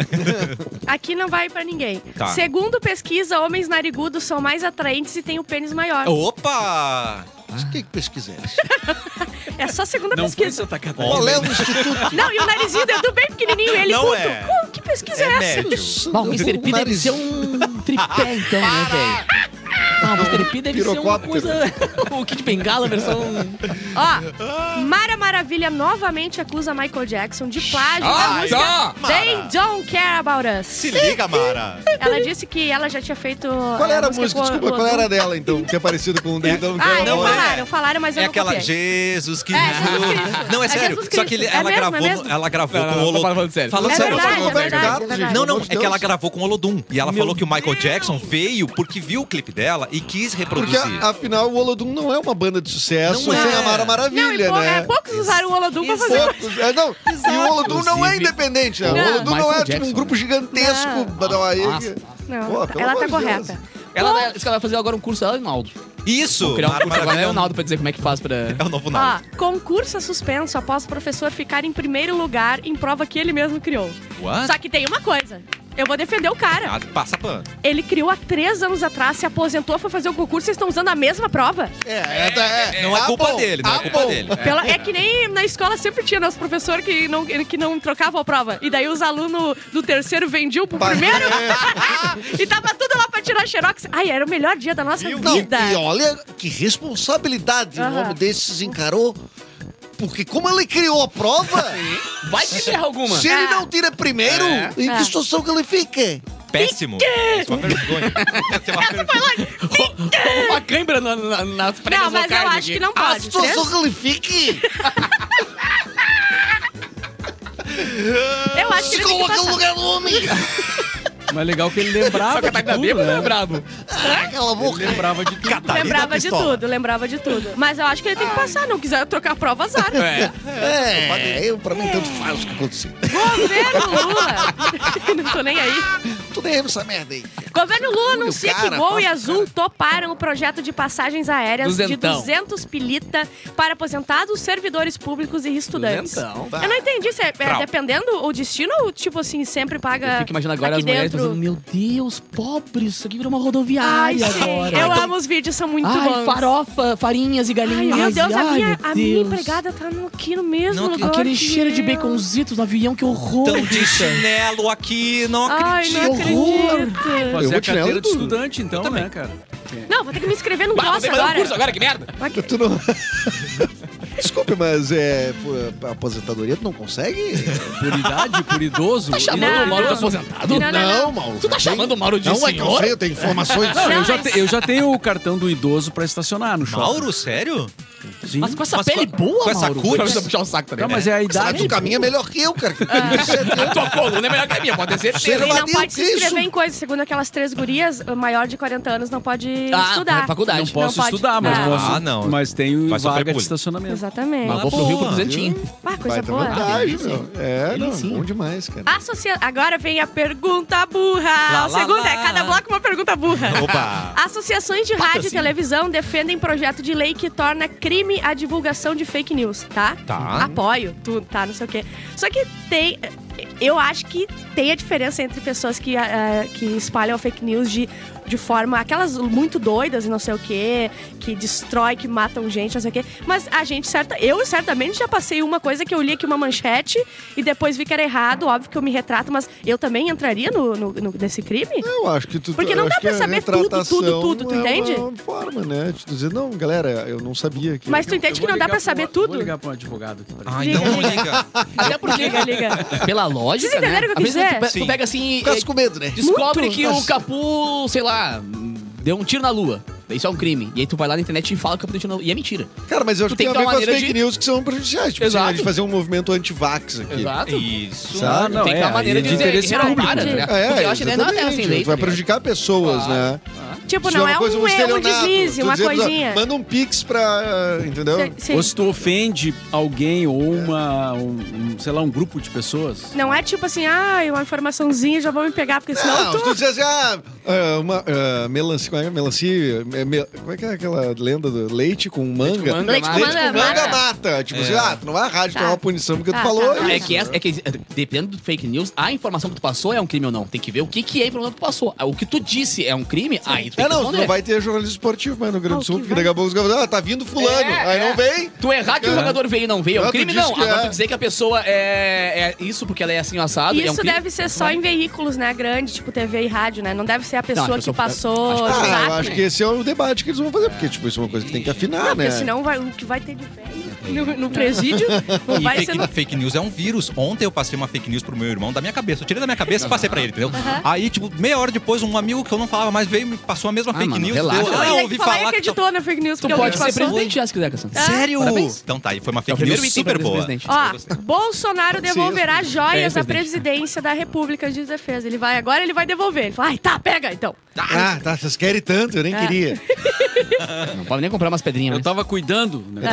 Aqui não vai pra ninguém. Tá. Segundo pesquisa, homens narigudos são mais atraentes e têm o pênis maior. Oh. Opa! Mas O que que pesquisaste? É só a segunda Não foi pesquisa. Santa Catarina. Qual é o instituto? Não, e o narizinho do Edu bem pequenininho. Ele Não puto. é. Como que pesquisa é, É essa? médio. Bah, o Mr. P deve nariz. ser um tripé, então, né, velho? Ah, o Mr. P deve ser uma Pirocóptero. coisa... o Kid Bengala versão... Ah. Ó, Mara Maravilha novamente acusa Michael Jackson de plágio na Ah, música tá. They Don't Care About Us. Se liga, Mara! Ela disse que ela já tinha feito... Qual eh, era a música? com o- Desculpa, com o qual Odum. era a dela, então? Que é parecido com o Day Don't Ah, não, é. falaram, falaram, mas eu É não aquela copiei. Jesus Cristo. É, Jesus Cristo. Não, é É sério. Jesus Só que Cristo. ele- É ela, mesmo, é gravou, mesmo? no- ela gravou com Não, não, o não, tô Olodum. falando sério. Falando É sério. não, verdade, é verdade, é verdade. Não, não, Pelo amor é de que ela Deus. gravou com o Olodum. E ela falou que o Michael Jackson veio porque viu o clipe dela e quis Porque, reproduzir. a- afinal, o Olodum não é uma banda de sucesso Não é. sem a Mara Não, e Maravilha, pou- né? é, poucos usaram o Olodum pra fazer... Poucos. É, não. E o Olodum não é Inclusive- independente, né? Não. O Olodum não é Michael tipo, Jackson, né? um grupo gigantesco. Não. Não. aí- Nossa. Não, Pô, tá- pelo ela amor tá de correta. Deus. Ela, vai- ela vai fazer agora um curso, ela e o Naldo. Isso! Vou criar um Mara curso agora, é o Maravilha Naldo pra dizer como é que faz pra... é o novo nome. Ó, concurso é suspenso após o professor ficar em primeiro lugar em prova que ele mesmo criou. What? Só que tem uma coisa. Eu vou defender o cara. Ah, passa pano. Ele criou há três anos atrás, se aposentou, foi fazer o concurso, vocês estão usando a mesma prova? É, é, é, Não é tá Ah, culpa bom. dele, não é Ah, culpa bom. dele. Pela- É, que nem na escola sempre tinha nosso professor que não, que não trocava a prova. E daí os alunos do terceiro vendiam pro Pá, primeiro. é. e tava tudo lá pra tirar xerox. Ai, era o melhor dia da nossa Não, vida. e olha que responsabilidade Aham. o homem desses encarou. Porque como ele criou a prova, Vai que terra alguma. se ele É. não tira primeiro, É. em que É. situação que ele fica? Péssimo. Isso é uma vergonha. Isso é uma vergonha. Uma câimbra na, na, nas pregas Não, mas eu locais acho aqui. que não A pode. né? situação que ele fique, Eu acho se que ele tem que coloca no passar. lugar do homem. Mas legal que ele lembrava de Tá tudo, bêbado, né? né, brabo? Ah, cala a boca. Ele lembrava de tudo. Catarina Lembrava de Pistola. tudo, lembrava de tudo. Mas eu acho que ele tem que passar. Não quiser trocar a prova, azar. É. É, eu, pra mim, tanto faz o que aconteceu. Governo Tá Lula. não tô nem aí. Tu nem lembra essa merda aí. Governo Lula anuncia cara, que Gol e nossa, Azul toparam o projeto de passagens aéreas Duzentão. de 200 pilita para aposentados, servidores públicos e estudantes. né, então? Duzentão. Eu Ah. não entendi se é, é Trau. dependendo o destino ou tipo assim, sempre Eu paga fico imaginando agora aqui as mulheres dentro. pensando, meu Deus, pobres, isso aqui virou uma Ai, rodoviária gente, agora. Então, eu amo os vídeos, são muito Ai, bons. farofa, farinhas e Ai, galinhas. meu Deus, a Ai, minha, meu a minha Deus. empregada tá no- aqui no mesmo Não lugar. Aquele que cheiro de eu. baconzitos no avião, que horror. Tão de chinelo aqui, não Ai, acredito. não acredito. Fazer vou a tirar carteira ela de do- estudante, então, né, cara? Não, vou ter que me inscrever no Bah, Gloss vem fazer um agora. curso agora, que merda. Tu não- Desculpe, mas é. Por, a aposentadoria tu não consegue? Por idade, por idoso. Tá chamando Não, o Mauro de não. aposentado? Não, não, não. Mauro. Tu tá chamando o Mauro de Não é que eu senhor? sei, eu tenho informações. Não, eu, já mas- te- eu já tenho o cartão do idoso pra estacionar no shopping. Mauro, sério? Sim. Mas com essa Mas pele com- boa, com essa Mauro. cor- Não precisa um puxar o saco também, Não, né? mas é a Ah, idade. tu caminha melhor que eu, cara. A tua coluna é melhor que a minha, pode ter certeza. Ele não Vadil, pode se que inscrever isso? em coisa. Segundo aquelas três gurias, maior de 40 anos não pode Ah, estudar. na faculdade. Não posso pode. estudar, mas Ah. posso. Ah, não. Mas tenho Vai sofrer vaga de bullying. estacionamento. Exatamente. Mas Ah, vou pro Rio pro boa. duzentinho. Ah, coisa Baita boa. vantagem, meu. É, não, sim. bom demais, cara. Associa... Agora vem a pergunta burra. Lá, o lá, segundo lá. é cada bloco uma pergunta burra. Opa! Associações de rádio e televisão defendem projeto de lei que torna crime a divulgação de fake news, tá? Tá. Apoio, tudo, tá, não sei o quê. Só que tem. Eu acho que tem a diferença entre pessoas que, ah, que espalham fake news de, de forma. aquelas muito doidas e não sei o quê, que destrói, que matam gente, não sei o quê. Mas a gente, certa, eu certamente já passei uma coisa que eu li aqui uma manchete e depois vi que era errado, óbvio que eu me retrato, mas eu também entraria no, no- no- nesse crime? Eu acho que tu Porque não eu dá acho pra que a saber tudo, tudo, retratação tudo, tu é uma- entende? É uma forma, né? De tu dizer, não, galera, eu não sabia que. Mas tu entende Eu que vou não dá ligar pra saber um- Vou tudo? ligar pra um advogado aqui. pra Ah, Liga, então não liga. Até porque, Liga, liga. pela lógica, Vocês entenderam né? o que eu Às vezes quis tu pe- dizer? Tu pega assim, Ficasse eh, com medo, né? descobre Muito. que o Capu, sei lá, deu um tiro na lua. Isso é um crime. E aí tu vai lá na internet e fala que o Capu deu um tiro na lua. E é mentira. Cara, mas eu acho Tu que tem tem a que dar ver com uma as maneira fake de- news que são prejudiciais. Tipo, assim, a Exato. gente fazer um movimento anti-vax aqui. Exato. Isso. Sabe? Ah, não, Tem que é, dar uma maneira aí de é de dizer interesse que não para, público. né? É, Porque eu acho que não é nada terra exatamente. sem lei. Vai tá ligado? prejudicar pessoas, Claro. né? Tipo, Isso não é um, coisa, é um estelionato. deslize, Tu uma dizendo, ó, coisinha. Manda um pix pra. eh, Entendeu? Sim, sim. Ou se tu ofende alguém ou uma, um, um, sei lá, um grupo de pessoas. Não é tipo assim, ah, uma informaçãozinha, já vão me pegar, porque senão Não, eu se tu tô... dissesse, ah, ah, uma ah, melancia, como é, que é? melancia, é, me- como é que é aquela lenda do leite com manga? manga, Leite com mata. manga, manga mata. mata. Tipo É. assim, ah, tu não vai à rádio Tá. tomar uma punição porque Tá, tu falou tá, tá. É isso. que, essa- é que eh, dependendo do fake news, a informação que tu passou é um crime ou não. Tem que ver o que, que é a informação que tu passou. O que tu disse é um crime, aí tu tem É, que não, responder. não vai ter jornalismo esportivo mais no Rio Grande Ah, o do Sul, que porque vai? daqui a pouco os caras vão dizer, ah, tá vindo fulano, É, aí é. não vem. Tu errar que o jogador veio e não veio é um Não, tu crime? disse Não. que Agora é. tu dizer que a pessoa é, é isso porque ela é assim assado, é um Isso crime. deve ser só em veículos, né, grande, tipo TV e rádio, né? Não deve ser a pessoa a que pessoa- passou acho que- no Ah, zap, eu acho né? que esse é o debate que eles vão fazer, porque, tipo, isso é uma coisa que tem que afinar, Não, né? porque senão vai, o que vai ter de velho no, no presídio não E vai fake, ser... No... fake news é um vírus. Ontem eu passei uma fake news pro meu irmão da minha cabeça. Eu tirei da minha cabeça e passei pra ele, entendeu? Aí, tipo, meia hora depois, um amigo que eu não falava mais veio e me passou a mesma Ah, fake mano, news. relaxa. Deu, Não, ah, ele ouvi é que falar falar e acreditou na fake news, Tu porque alguém pode te ser passou. presidente já, se quiser, Cassandra. Ah, Sério? Parabéns. Então tá, aí foi uma É o fake primeiro news item pra super boa. presidente. Ó, Bolsonaro devolverá joias É, à presidente. presidência da República de Defesa. Ele vai agora, ele vai devolver. Ele fala, ai, tá, pega então. Ah, tá, vocês querem tanto, eu nem É. queria. Não pode nem comprar umas pedrinhas, Eu né? tava cuidando, né? Ah, eu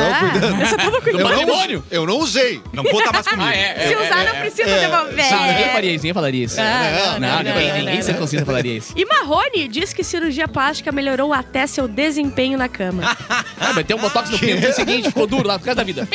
só tava Eu cuidando. não, eu não usei. Não conta mais comigo. Ah, é, Se usar, não precisa É. devolver. Não, Ah, ninguém faria isso, ninguém falaria isso. É. Ah, Não, não, não, ninguém, não, ninguém não, circuncisa falaria isso. E Marrone diz que cirurgia plástica melhorou até seu desempenho na cama. Ah, mas tem um botox no pino, foi o seguinte, ficou duro lá por causa da vida.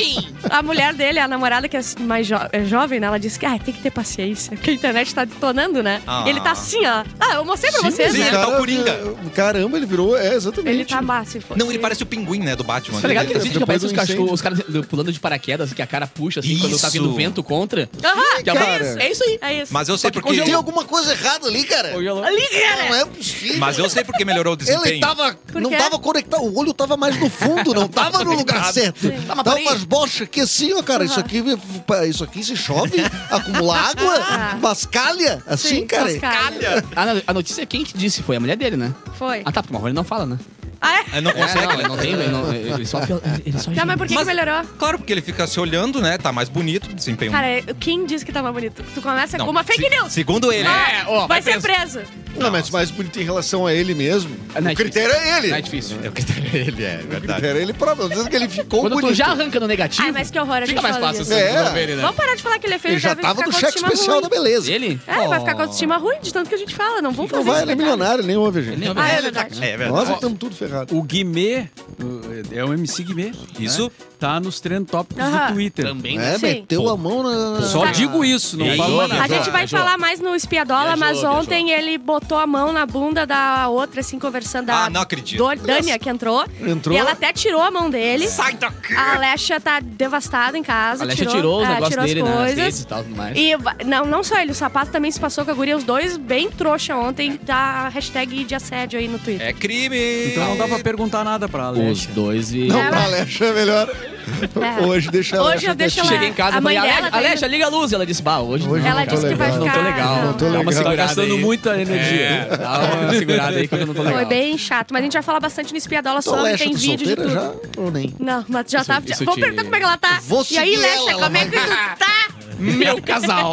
A mulher dele, a namorada que é mais jo- é jovem, né, ela disse que ah, tem que ter paciência, porque a internet tá detonando, né? Ah. Ele tá assim, ó. Ah, eu mostrei pra vocês, sim, né? ele tá o Cara, Coringa. Caramba, ele virou, é, exatamente. Ele tá massa. Não, ele parece o pinguim, né, do Batman. Tá ligado aquele Depois vídeo que aparece do os cachorros, incêndio. os caras pulando de paraquedas, que a cara puxa, assim, quando tá Isso. vindo vento contra? Aham, Que a- cara. É isso aí. é isso. Mas eu sei Só que porque... Tem alguma coisa errada ali, cara. Ali, Não cara! é possível. Mas eu sei porque melhorou o desempenho. Ele tá tava. Não quê? tava conectado. O olho tava mais no fundo, não tava no lugar certo. Tá, mas Dá peraí. umas bochas aqui assim, ó, cara. Isso Aham. aqui, isso aqui se chove, acumula Ah. água, pascalha, assim, cara. Calha. A, no- a notícia, é quem que disse? Foi a mulher dele, né? Foi. Ah, tá, porque o Marrone não fala, né? Ah, é? É, não É, consegue, não, né? não tem, ele, não, ele só... Ele só Tá, mas por que, Mas- que melhorou? é, Claro, porque ele fica se olhando, né? Tá mais bonito o desempenho. Cara, quem disse que tava tá bonito? Tu começa Não, com é uma fake se- news. Segundo ele. Ah, É, ó, vai vai ser preso. Não, mas o mais bonito em relação a ele mesmo. Não é o critério é ele. Não é difícil. Eu quero ele, é O verdade. critério é ele próprio. Às vezes que ele ficou Quando bonito. tu já arranca no negativo, Ai, mas que horror, a gente fica mais fala fácil disso. assim. você É. resolver, né? Vamos parar de falar que ele é feio, Ele já vai tava ficar do com a cheque autoestima especial da ruim. beleza. Ele? É, vai ficar com a autoestima ruim de tanto que a gente fala. Não vamos Não fazer vai, isso, ele é coitado. milionário, ele nem ouve a gente. Ele nem ouve. Ah, é Ele verdade. É Nós verdade. é que estamos tudo ferrado. O Guimê, uh, é o MC Guimê. Isso. né? Tá nos trend tópicos Aham. do Twitter. Também. né? É, Sim. meteu a mão na. na- Só Tá. digo isso, não Viajou, falo mais A nada. gente vai falar mais no Espiadola, Viajou, mas viajou. ontem ele botou a mão na bunda da outra, assim, conversando. da Ah, não acredito. Do, Dânia, que entrou. Entrou. E ela até tirou a mão dele. Sai daqui! A Alexia tá devastada em casa. A Alexia tirou os é, negócios tirou as dele, né? As coisas. redes e tal, tudo mais. E va- não, não só ele, o sapato também se passou com a guria, os dois bem trouxa ontem da hashtag de assédio aí no Twitter. É crime! Então não dá pra perguntar nada pra Os Alexia. dois e... Não, pra Alexa é melhor. Tá. É. Hoje deixa a Hoje Alexa eu deixo quietinha. ela- Cheguei em casa A e falei, mãe dela Alexa, tá Alexa, liga a luz. Ela disse, bah, hoje... Hoje Ela não tô disse que vai legal. Não ficar. tô legal. Não, Não tô não. tá Dá uma legal. segurada tá Gastando aí. muita energia. É, dá uma segurada aí que eu não tô legal. Foi é bem chato, mas a gente vai falar bastante no Espiadola Tô sobre, Alexa, tem tu vídeo de solteira tudo. já? Ou nem? Não, mas já tava. isso Vou te- perguntar como é que ela tá. Vou e aí, seguir Lexa, ela, como é que tu tá? Meu casal.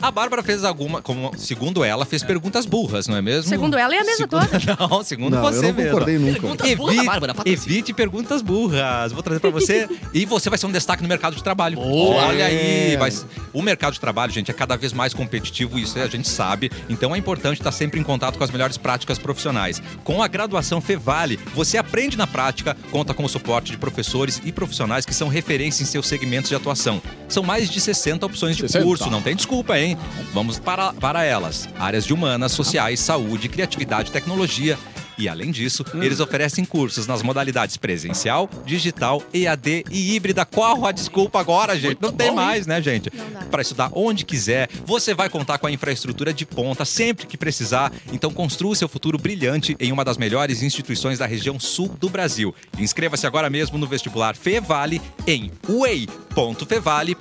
A Bárbara fez alguma, como, segundo ela, fez perguntas burras, não é mesmo? Segundo ela e a mesa toda. Não, segundo Não, eu você não mesmo. concordei nunca. Perguntas burras, Evite- Bárbara, patrocina. evite perguntas burras. Vou trazer pra você. e você vai ser um destaque no mercado de trabalho. Olha aí. vai s- o mercado de trabalho, gente, é cada vez mais competitivo, isso a gente sabe. Então é importante estar sempre em contato com as melhores práticas profissionais. Com a graduação Fevale, você aprende na prática, conta com o suporte de professores e profissionais que são referência em seus segmentos de atuação. São mais de 60 opções de 60. curso, não tem desculpa, hein? Vamos para, para elas. Áreas de humanas, sociais, saúde, criatividade, tecnologia. E além disso, eles oferecem cursos nas modalidades presencial, digital, EAD e híbrida. Qual a desculpa agora, gente? Não tem mais, né, gente? Não dá. Para estudar onde quiser, você vai contar com a infraestrutura de ponta sempre que precisar. Então construa seu futuro brilhante em uma das melhores instituições da região sul do Brasil. Inscreva-se agora mesmo no vestibular Fevale em Uei. way.fevale.br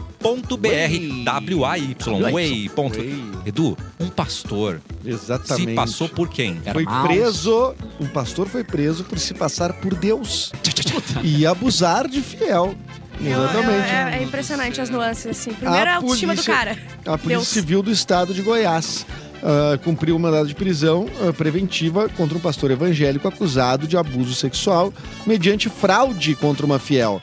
W-A-Y. Way. ponto- Edu, um pastor Exatamente. É. se passou por quem? Foi preso, um pastor foi preso por se passar por Deus e abusar de fiel. Exatamente. Ah, É, é- é impressionante as nuances, assim. Primeiro A a autoestima do polícia- cara. A Polícia Deus. Civil do Estado de Goiás ah, cumpriu um mandado de prisão ah, preventiva contra um pastor evangélico acusado de abuso sexual mediante fraude contra uma fiel.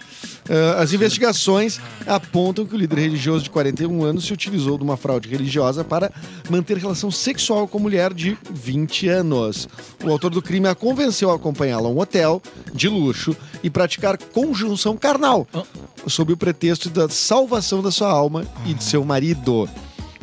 Ah, as investigações apontam que o líder religioso de 41 anos se utilizou de uma fraude religiosa para manter relação sexual com mulher de 20 anos. O autor do crime a convenceu a acompanhá-la a um hotel de luxo e praticar conjunção carnal sob o pretexto da salvação da sua alma e de seu marido.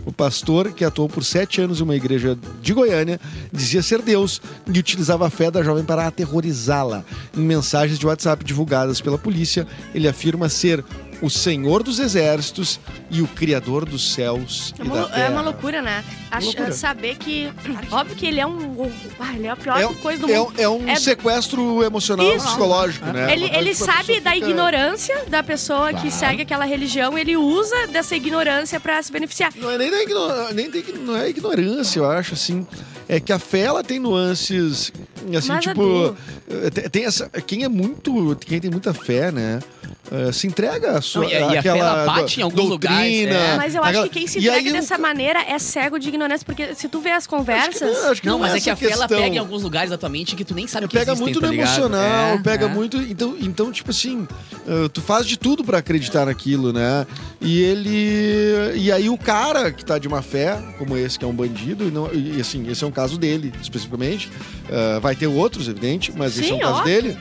O pastor, que atuou por sete anos em uma igreja de Goiânia, dizia ser Deus e utilizava a fé da jovem para aterrorizá-la. Em mensagens de WhatsApp divulgadas pela polícia, ele afirma ser o Senhor dos Exércitos e o Criador dos Céus É e uma, da lou- Terra. é uma loucura, né? Ach- Loucura. Saber que. Óbvio que ele é um. Ah, ele é a pior É um- coisa do É mundo. um, é um É- sequestro emocional Isso. psicológico, né? Ele, ele sabe da ignorância da pessoa que segue aquela religião, ele usa dessa ignorância pra se beneficiar. Não é nem, da igno- nem da igno- não é ignorância, eu acho, assim. É que a fé, ela tem nuances, assim, Mas, tipo... Edu- eh, te- Tem essa, quem é muito... Quem tem muita fé, né? eh, se entrega a sua... Não, e a- e a fé, aquela ela bate do- em alguns lugares, doutrina, é. Mas eu acho aquela- que quem se E entrega aí o- dessa maneira é cego de ignorância, porque se tu vê as conversas. acho que Não, mas é que essa a fé ela questão. pega em alguns lugares da tua mente que tu nem sabe que Pega existem, muito tá no ligado? emocional, É, pega é. muito. Então, então, tipo assim, eh, tu faz de tudo pra acreditar naquilo, né? E ele. E aí o cara que tá de má fé, como esse que é um bandido, e, não- e, assim, esse é um caso dele, especificamente. eh, vai ter outros, evidente, mas esse é um Sim, caso óbvio. dele.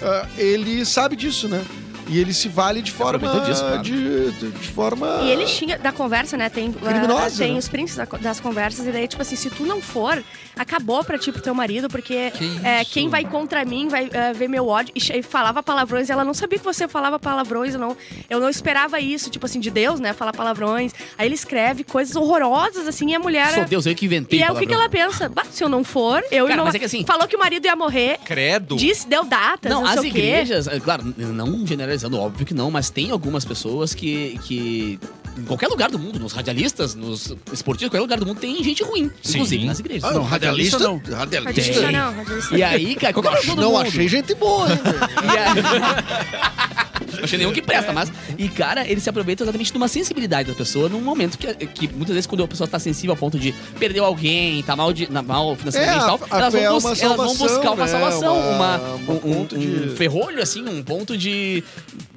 Ah, ele sabe disso, né? E ele se vale de forma. aproveitou disso, claro. de, de- de forma. E ele xinga da conversa, né? Tem, Criminosa, ah, tem né? os prints da- das conversas, e daí, tipo assim, se tu não for, acabou pra ti, pro teu marido, porque é, quem vai contra mim vai é, ver meu ódio. E, che- e falava palavrões, e ela não sabia que você falava palavrões, eu não, eu não esperava isso, tipo assim, de Deus, né? Falar palavrões. Aí ele escreve coisas horrorosas, assim, e a mulher. Sou Deus, eu que inventei E é o que, que palavrão. ela pensa? Bah, se eu não for, eu Cara, não. mas é que assim- Falou que o marido ia morrer, Credo. disse, deu datas, não, Não, as sei o quê. igrejas, é, claro, não generalizando, óbvio que não, mas tem algumas pessoas que, que em qualquer lugar do mundo, nos radialistas, nos esportistas, qualquer lugar do mundo tem gente ruim, inclusive nas igrejas. Ah, não, radialista Não. não. Radialista. Radialista Tem. não, radialista E aí, cara, qualquer lugar do Não mundo. achei gente boa, hein? E aí, não tinha nenhum que presta, mas. E, cara, ele se aproveita exatamente de uma sensibilidade da pessoa num momento que, que muitas vezes, quando a pessoa tá sensível a ponto de perdeu alguém, tá mal, de, na- mal financeiramente É, e tal, a- a elas, fé é vão bus- uma elas vão salvação, buscar uma né? salvação, uma, Uma- um, um ponto um- um de- ferrolho, assim, um ponto de.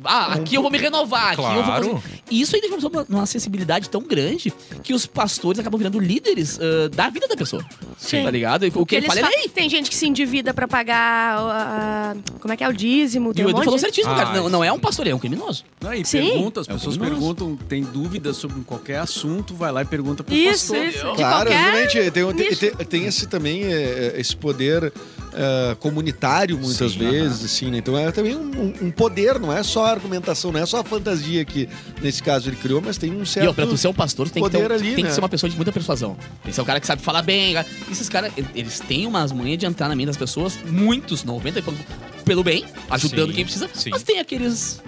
Ah, aqui eu vou me renovar, aqui eu vou Claro. fazer. E isso aí deixa a pessoa numa sensibilidade tão grande que os pastores acabam virando líderes ah, da vida da pessoa. Sim. Tá ligado? E O que ele Eles fala é fa- lei. Tem gente que se endivida pra pagar. ah, como é que é? O dízimo. E Tem o um Edu monte falou de... certíssimo, cara. Ah, Não, não é um pastor, é um criminoso. Não, e Sim. pergunta, as É um pessoas criminoso. perguntam, tem dúvidas sobre qualquer assunto, vai lá e pergunta pro Isso, pastor. isso. De Claro, qualquer- realmente tem, um- tem- nicho. tem- tem esse também é, é, esse poder é, comunitário muitas Sim, vezes, assim, né? Então é também um, um- um poder, não é só a argumentação, não é só a fantasia que nesse caso ele criou, mas tem um E ó, certo. pra tu ser um pastor, tu tem, que, ter, poder um- ali, tem que né? ser uma pessoa de muita persuasão. Tem que ser um cara que sabe falar bem. cara. Esses caras, e- eles têm umas manhas de entrar na mente das pessoas, muitos, 90 e pouco, pelo bem, ajudando Sim, quem precisa. sim. Mas tem aqueles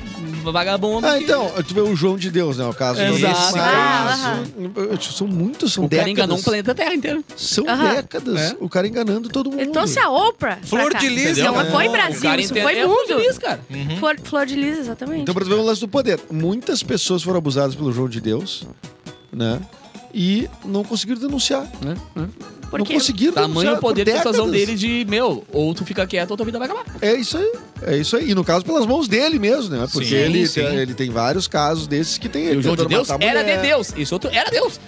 vagabundos. Ah, é que- então, tu vê o João de Deus, né? O caso do Exato. Mas, um, Ah, eu- eu- São muitos, são O décadas. cara enganou um planeta Terra inteiro. São Aham. décadas. É. O cara enganando todo mundo. Ele trouxe a Oprah. pra Flor cá, de lis, entendeu? né? Não foi é, O O Brasil, cara isso inteiro foi é mundo. feliz, cara. Uhum. Flor, Flor de lis, exatamente. Então, pra tu ver o lance do poder. Muitas pessoas foram abusadas pelo João de Deus, né? E não conseguiram denunciar. não Porque conseguiram Tamanho denunciar. o poder de por persuasão décadas. dele de, meu, ou tu fica quieto ou tua vida vai acabar. É isso aí. É isso aí. E no caso, pelas mãos dele mesmo, né? Porque Sim, ele, sim. ele tem vários casos desses que tem E ele. o João de tentando Deus matar a era de mulher. Deus. Isso outro era Deus.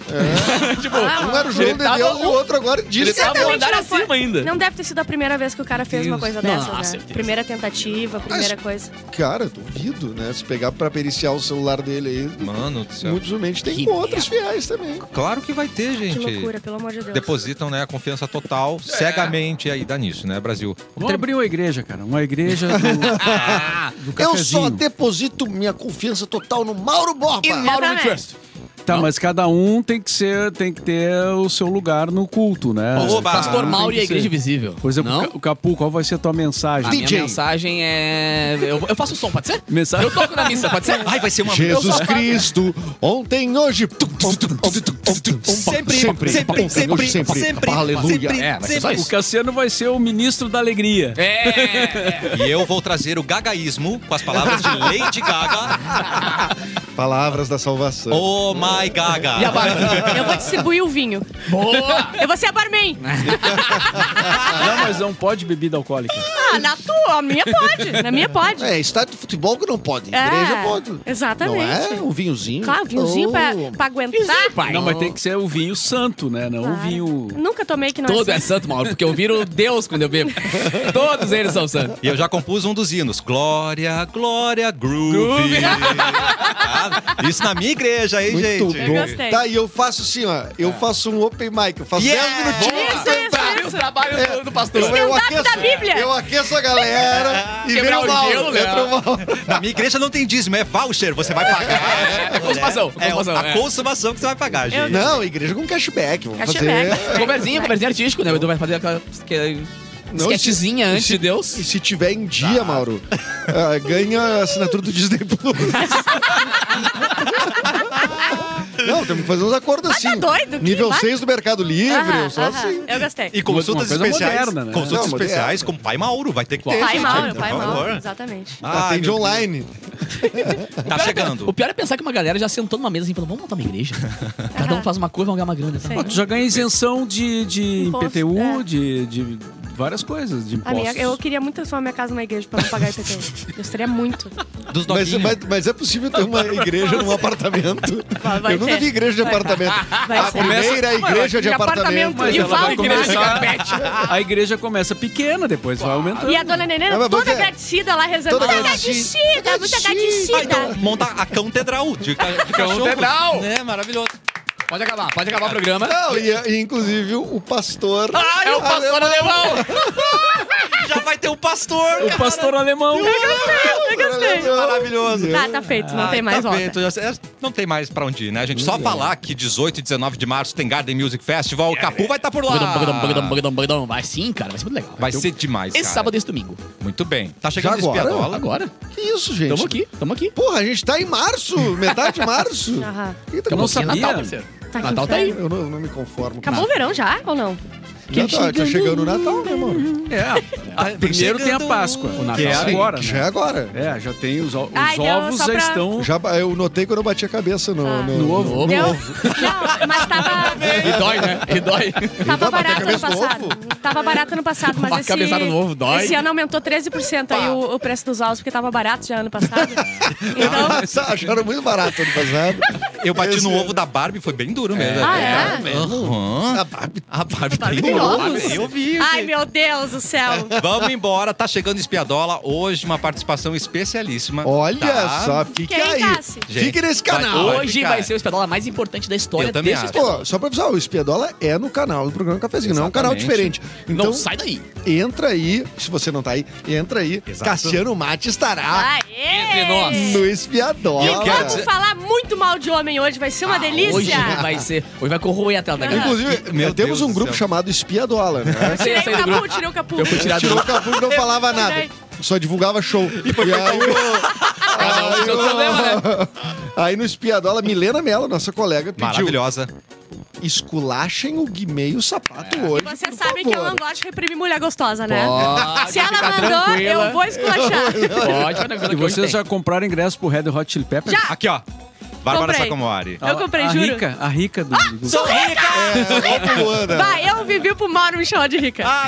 tipo, Ah, Um era o João Ele de tava Deus e um- o outro agora diz ele que é tava Deus. um Certamente andar não foi- acima ainda. não deve ter sido a primeira vez que o cara fez uma Deus. coisa Não, dessas, ah, né? certeza. Primeira tentativa, primeira coisa. Cara, duvido, né? Se pegar pra periciar o celular dele aí, Mano do céu. muito possivelmente tem Que outros fiéis também. Claro que vai ter, Ah, Que gente. loucura, pelo amor de Deus. Depositam, né, a confiança total, cegamente aí, dá nisso, né, Brasil? Vamos abrir uma igreja, cara. Uma igreja do, Ah, do Eu só cafezinho. deposito minha confiança total no Mauro Borba. e Mauro Exatamente. Trust. Tá, mas cada um tem que ser, tem que ter o seu lugar no culto, né? Oba! Pastor Não Mauro e tem a que ser. Igreja Invisível. Por exemplo, não? o Ca- o Capu, qual vai ser a tua A mensagem? minha DJ. mensagem é. Eu, eu faço som, pode ser? Mensagem- Eu toco na missa, pode ser? Ai, vai ser um- uma Jesus Cristo, ontem, hoje. Sempre, sempre, sempre, hoje, sempre, sempre, Aleluia. sempre, É, vai ser só sempre. O Cassiano vai ser o ministro da alegria. É! E eu vou trazer o gagaísmo com as palavras de Lady Gaga. Palavras da salvação. Oh my Gaga. E a Bárbara? Eu vou distribuir o vinho. Boa! Eu vou ser a barman. Não, mas não pode bebida alcoólica. Ah, na tua, a minha pode. Na minha pode. É, estádio de futebol que não pode. É, Igreja pode. Não Exatamente. é? Um vinhozinho. Claro, vinhozinho Oh. pra, pra aguentar. pai. Não, mas tem que ser o vinho santo, né? Não o Claro. vinho... Nunca tomei que não Todo é é santo, Mauro, porque eu viro Deus quando eu bebo. Todos eles são santos. E eu já compus um dos hinos. Glória, glória, groove. Ah, Isso na minha igreja, hein, Muito gente? Eu bom. gostei. Tá, e eu faço assim, ó. É. Eu faço um open mic. Eu faço Yeah! 10 minutinhos. Isso, isso, Os isso. trabalhos do, do pastor. Eu, eu Stand-up aqueço, da Bíblia. eu aqueço a galera e Quebrar vira o o mal. gelo, né? Entra o mal. Na minha igreja não tem dízimo, é voucher. Você vai pagar. É consumação, É consumação. a É. consumação que você vai pagar, gente. Não, igreja com cashback. Vamos Cashback. fazer. Coverzinho, coverzinho artístico, né? O Edu vai fazer aquela aquela Não, sketchzinha antes de Deus. E se tiver em dia, Mauro, ah, ganha a assinatura do Disney Plus. Não, temos que fazer uns acordos assim. tá doido, que Nível vai- 6 do Mercado Livre, Aham, só aham. assim. Eu gostei. E consultas Uma coisa especiais. moderna, né? Consultas Não, moderna. especiais com o pai Mauro, vai ter que ter. Pai gente, mal, por pai mal. favor. Exatamente. Ai, Atende meu online. Tá O chegando. pior é pensar que uma galera já sentou numa mesa assim, falando, vamos montar uma igreja. Cada um faz uma coisa, vamos ganhar uma grana. Sim. Ah, tu já ganha isenção de, de Imposto, IPTU, é. de, de várias coisas, de A impostos. minha, eu queria muito transformar minha casa numa igreja pra não pagar IPTU. Gostaria muito. Dos Mas, doguinhos. mas- mas é possível ter uma igreja num apartamento. Vai- vai Eu nunca ter. vi igreja de Vai- apartamento. vai A ser. primeira igreja de de apartamento. apartamento. E ela fala vai que não é começar- A igreja começa pequena, depois vai aumentando. E a dona Nenê Não, mas toda você- agradecida lá rezando. Toda Toda agradecida, agradecida, muito agradecida. Ah, então agradecida. monta a catedral de, ca- de cachorro. Catedral. Né, maravilhoso. é um Pode acabar, pode acabar o programa. Não, e, e inclusive o pastor. Ah, é o pastor alemão! Já vai ter o pastor. O pastor alemão. É. Ah, Eu gostei. Maravilhoso. Tá, tá feito, não Ai, tem mais tá volta. feito, já sei. É, Não tem mais pra onde ir, né, gente? Só falar que 18 e 19 de março tem Garden Music Festival. É. O Capu vai estar por Bagadão, bagadão, bagadão, lá. bagadão, bagadão. Vai sim, cara, vai ser muito legal. Vai ser demais, Esse cara. sábado e esse domingo. Muito bem. Tá chegando Já agora? espiadola. Agora? Que isso, gente? Tamo aqui, tamo aqui. Porra, a gente tá em março, metade de março. Aham. Eita, Eu não como- sabia. Natal, parceiro. Tá aqui Natal Ah, em tá aí. frente. Eu não, eu não me conformo. Acabou o verão já ou não? Que já tá, tá chegando o Natal, né, mano? É, Tá a- primeiro tem a chegando. Páscoa. O Natal Que é é agora, Que né? já é agora. É, já tem os, o- os Ah, então, ovos só já pra- estão Já, eu notei quando eu bati a cabeça no, Ah. no, No ovo. no- Deu- Não, mas tava, E dói, né? E dói. tava barato ano cabeça no passado. Tava barato ano passado, mas Uma esse... cabeçada no ovo dói. Esse ano aumentou 13% aí o, o preço dos ovos, porque tava barato já ano passado. Então... Ah, tá, Acharam muito barato ano passado. Eu bati no ovo da Barbie, foi bem duro mesmo. Ah, é? Aham. A Barbie- A Barbie Barbie tem tem ovo. ovos. Eu vi. Ai, meu Deus do céu. Vamos embora, tá chegando Espiadola. Hoje uma participação especialíssima. Olha Tá. só, fique Quem aí. nasce? Fique nesse vai- canal. vai Hoje ficar. vai ser o espetáculo mais importante da história Eu também desse acho. espetáculo. Pô, só pra avisar, o Espiadola é no canal do programa Cafezinho, não é um canal Exatamente. diferente. Então, Não, sai daí. entra aí, se você não tá aí, entra aí. Exato. Cassiano Mate estará Aê! Ah, nós. no Espiadola. E eu quero Vamos falar muito mal de homem hoje, vai ser uma Ah, delícia. Hoje vai ser. Hoje vai corroer a tela da galera. Inclusive, Meu eh, temos Deus um do grupo céu. chamado Espiadola, né? Eu sei, eu Tirei sei o do grupo. capu, tirei o capu. Eu fui tirar do Tirou o capuz e não falava nada. Tirei. Só divulgava show. E aí, Cada um com seu problema, né? aí no Espiadola, Milena Mello, nossa colega, pediu Maravilhosa. esculachem o Guimê e o sapato hoje. Vocês por sabem que eu favor." não gosto de reprimir mulher gostosa, né? Pode Se ela ficar mandou, tranquila. eu vou esculachar. Pode, ficar tranquila que E hoje vocês tem. já compraram ingresso pro Red Hot Chili Peppers? Já. Aqui, ó. Bárbara Comprei. Sacomori. Eu comprei, a juro. Ah, Rica, a rica do... do- Sou rica! Ó, Luana. Vai, eu vivi pro Mauro me chamar de rica. Ah,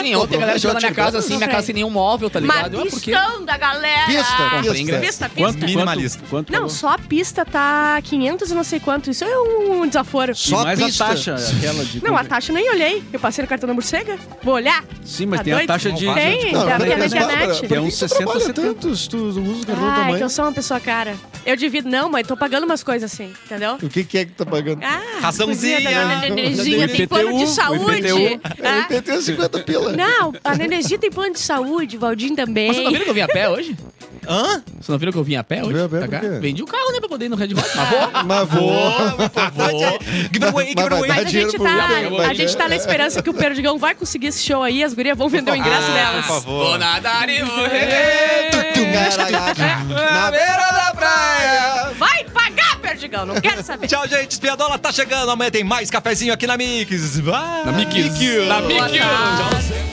Sim, ontem a galera chegou na minha casa assim, minha casa sem nenhum móvel, tá ligado? Eu, ah, por quê? Mapistão da galera. É Pista, Comprei pista. ingresso. Pista, Quanto, pista. quanto, Minimalista. Quanto, Não, só a pista tá 500 e não sei quanto. Isso é um desaforo. E só a mais pista. a taxa, aquela de... Não, a taxa eu nem olhei. Eu passei no cartão da morcega. Vou olhar. Sim, mas Tá tem doido? a taxa de... Não de- Tem, Não, dá pra mas ver na Bárbara, internet. por É que uns tu 60, trabalha 70. tanto se tu usa o cartão do Ah, é que tamanho? eu sou uma pessoa cara. Eu divido, não, mãe, tô pagando umas coisas assim, entendeu? O que, que é que tá pagando? Ah, Raçãozinha. cozinha né? da dona Nenenzinha, O tem plano de IPTU, o saúde. IPTU. Ah, Eu tenho 50 pila. Não, a Nenenzinha tem plano de saúde, o Valdim também. Mas tá vocês não viram que eu vim a pé hoje? Hã? Vocês não viram que eu vim a pé hoje? Veio a pé Pra cá? por quê? Vendi o carro, né, pra poder ir no Red Hot. Mas vou. Mas vou. Giveaway, giveaway. Mas vai dar Mas a dinheiro gente, pro Uber, tá, vai a gente tá na esperança que o Perdigão vai conseguir esse show aí, as gurias vão vender o ingresso Ah, delas. Por favor. nadar e vou tá- Ah, Na beira da praia. Vai pagar, Perdigão, não quero saber. Tchau, gente. Espiadola tá chegando. Amanhã tem mais cafezinho aqui na Mix. Vai. Na Mix. Na Mix. Tchau.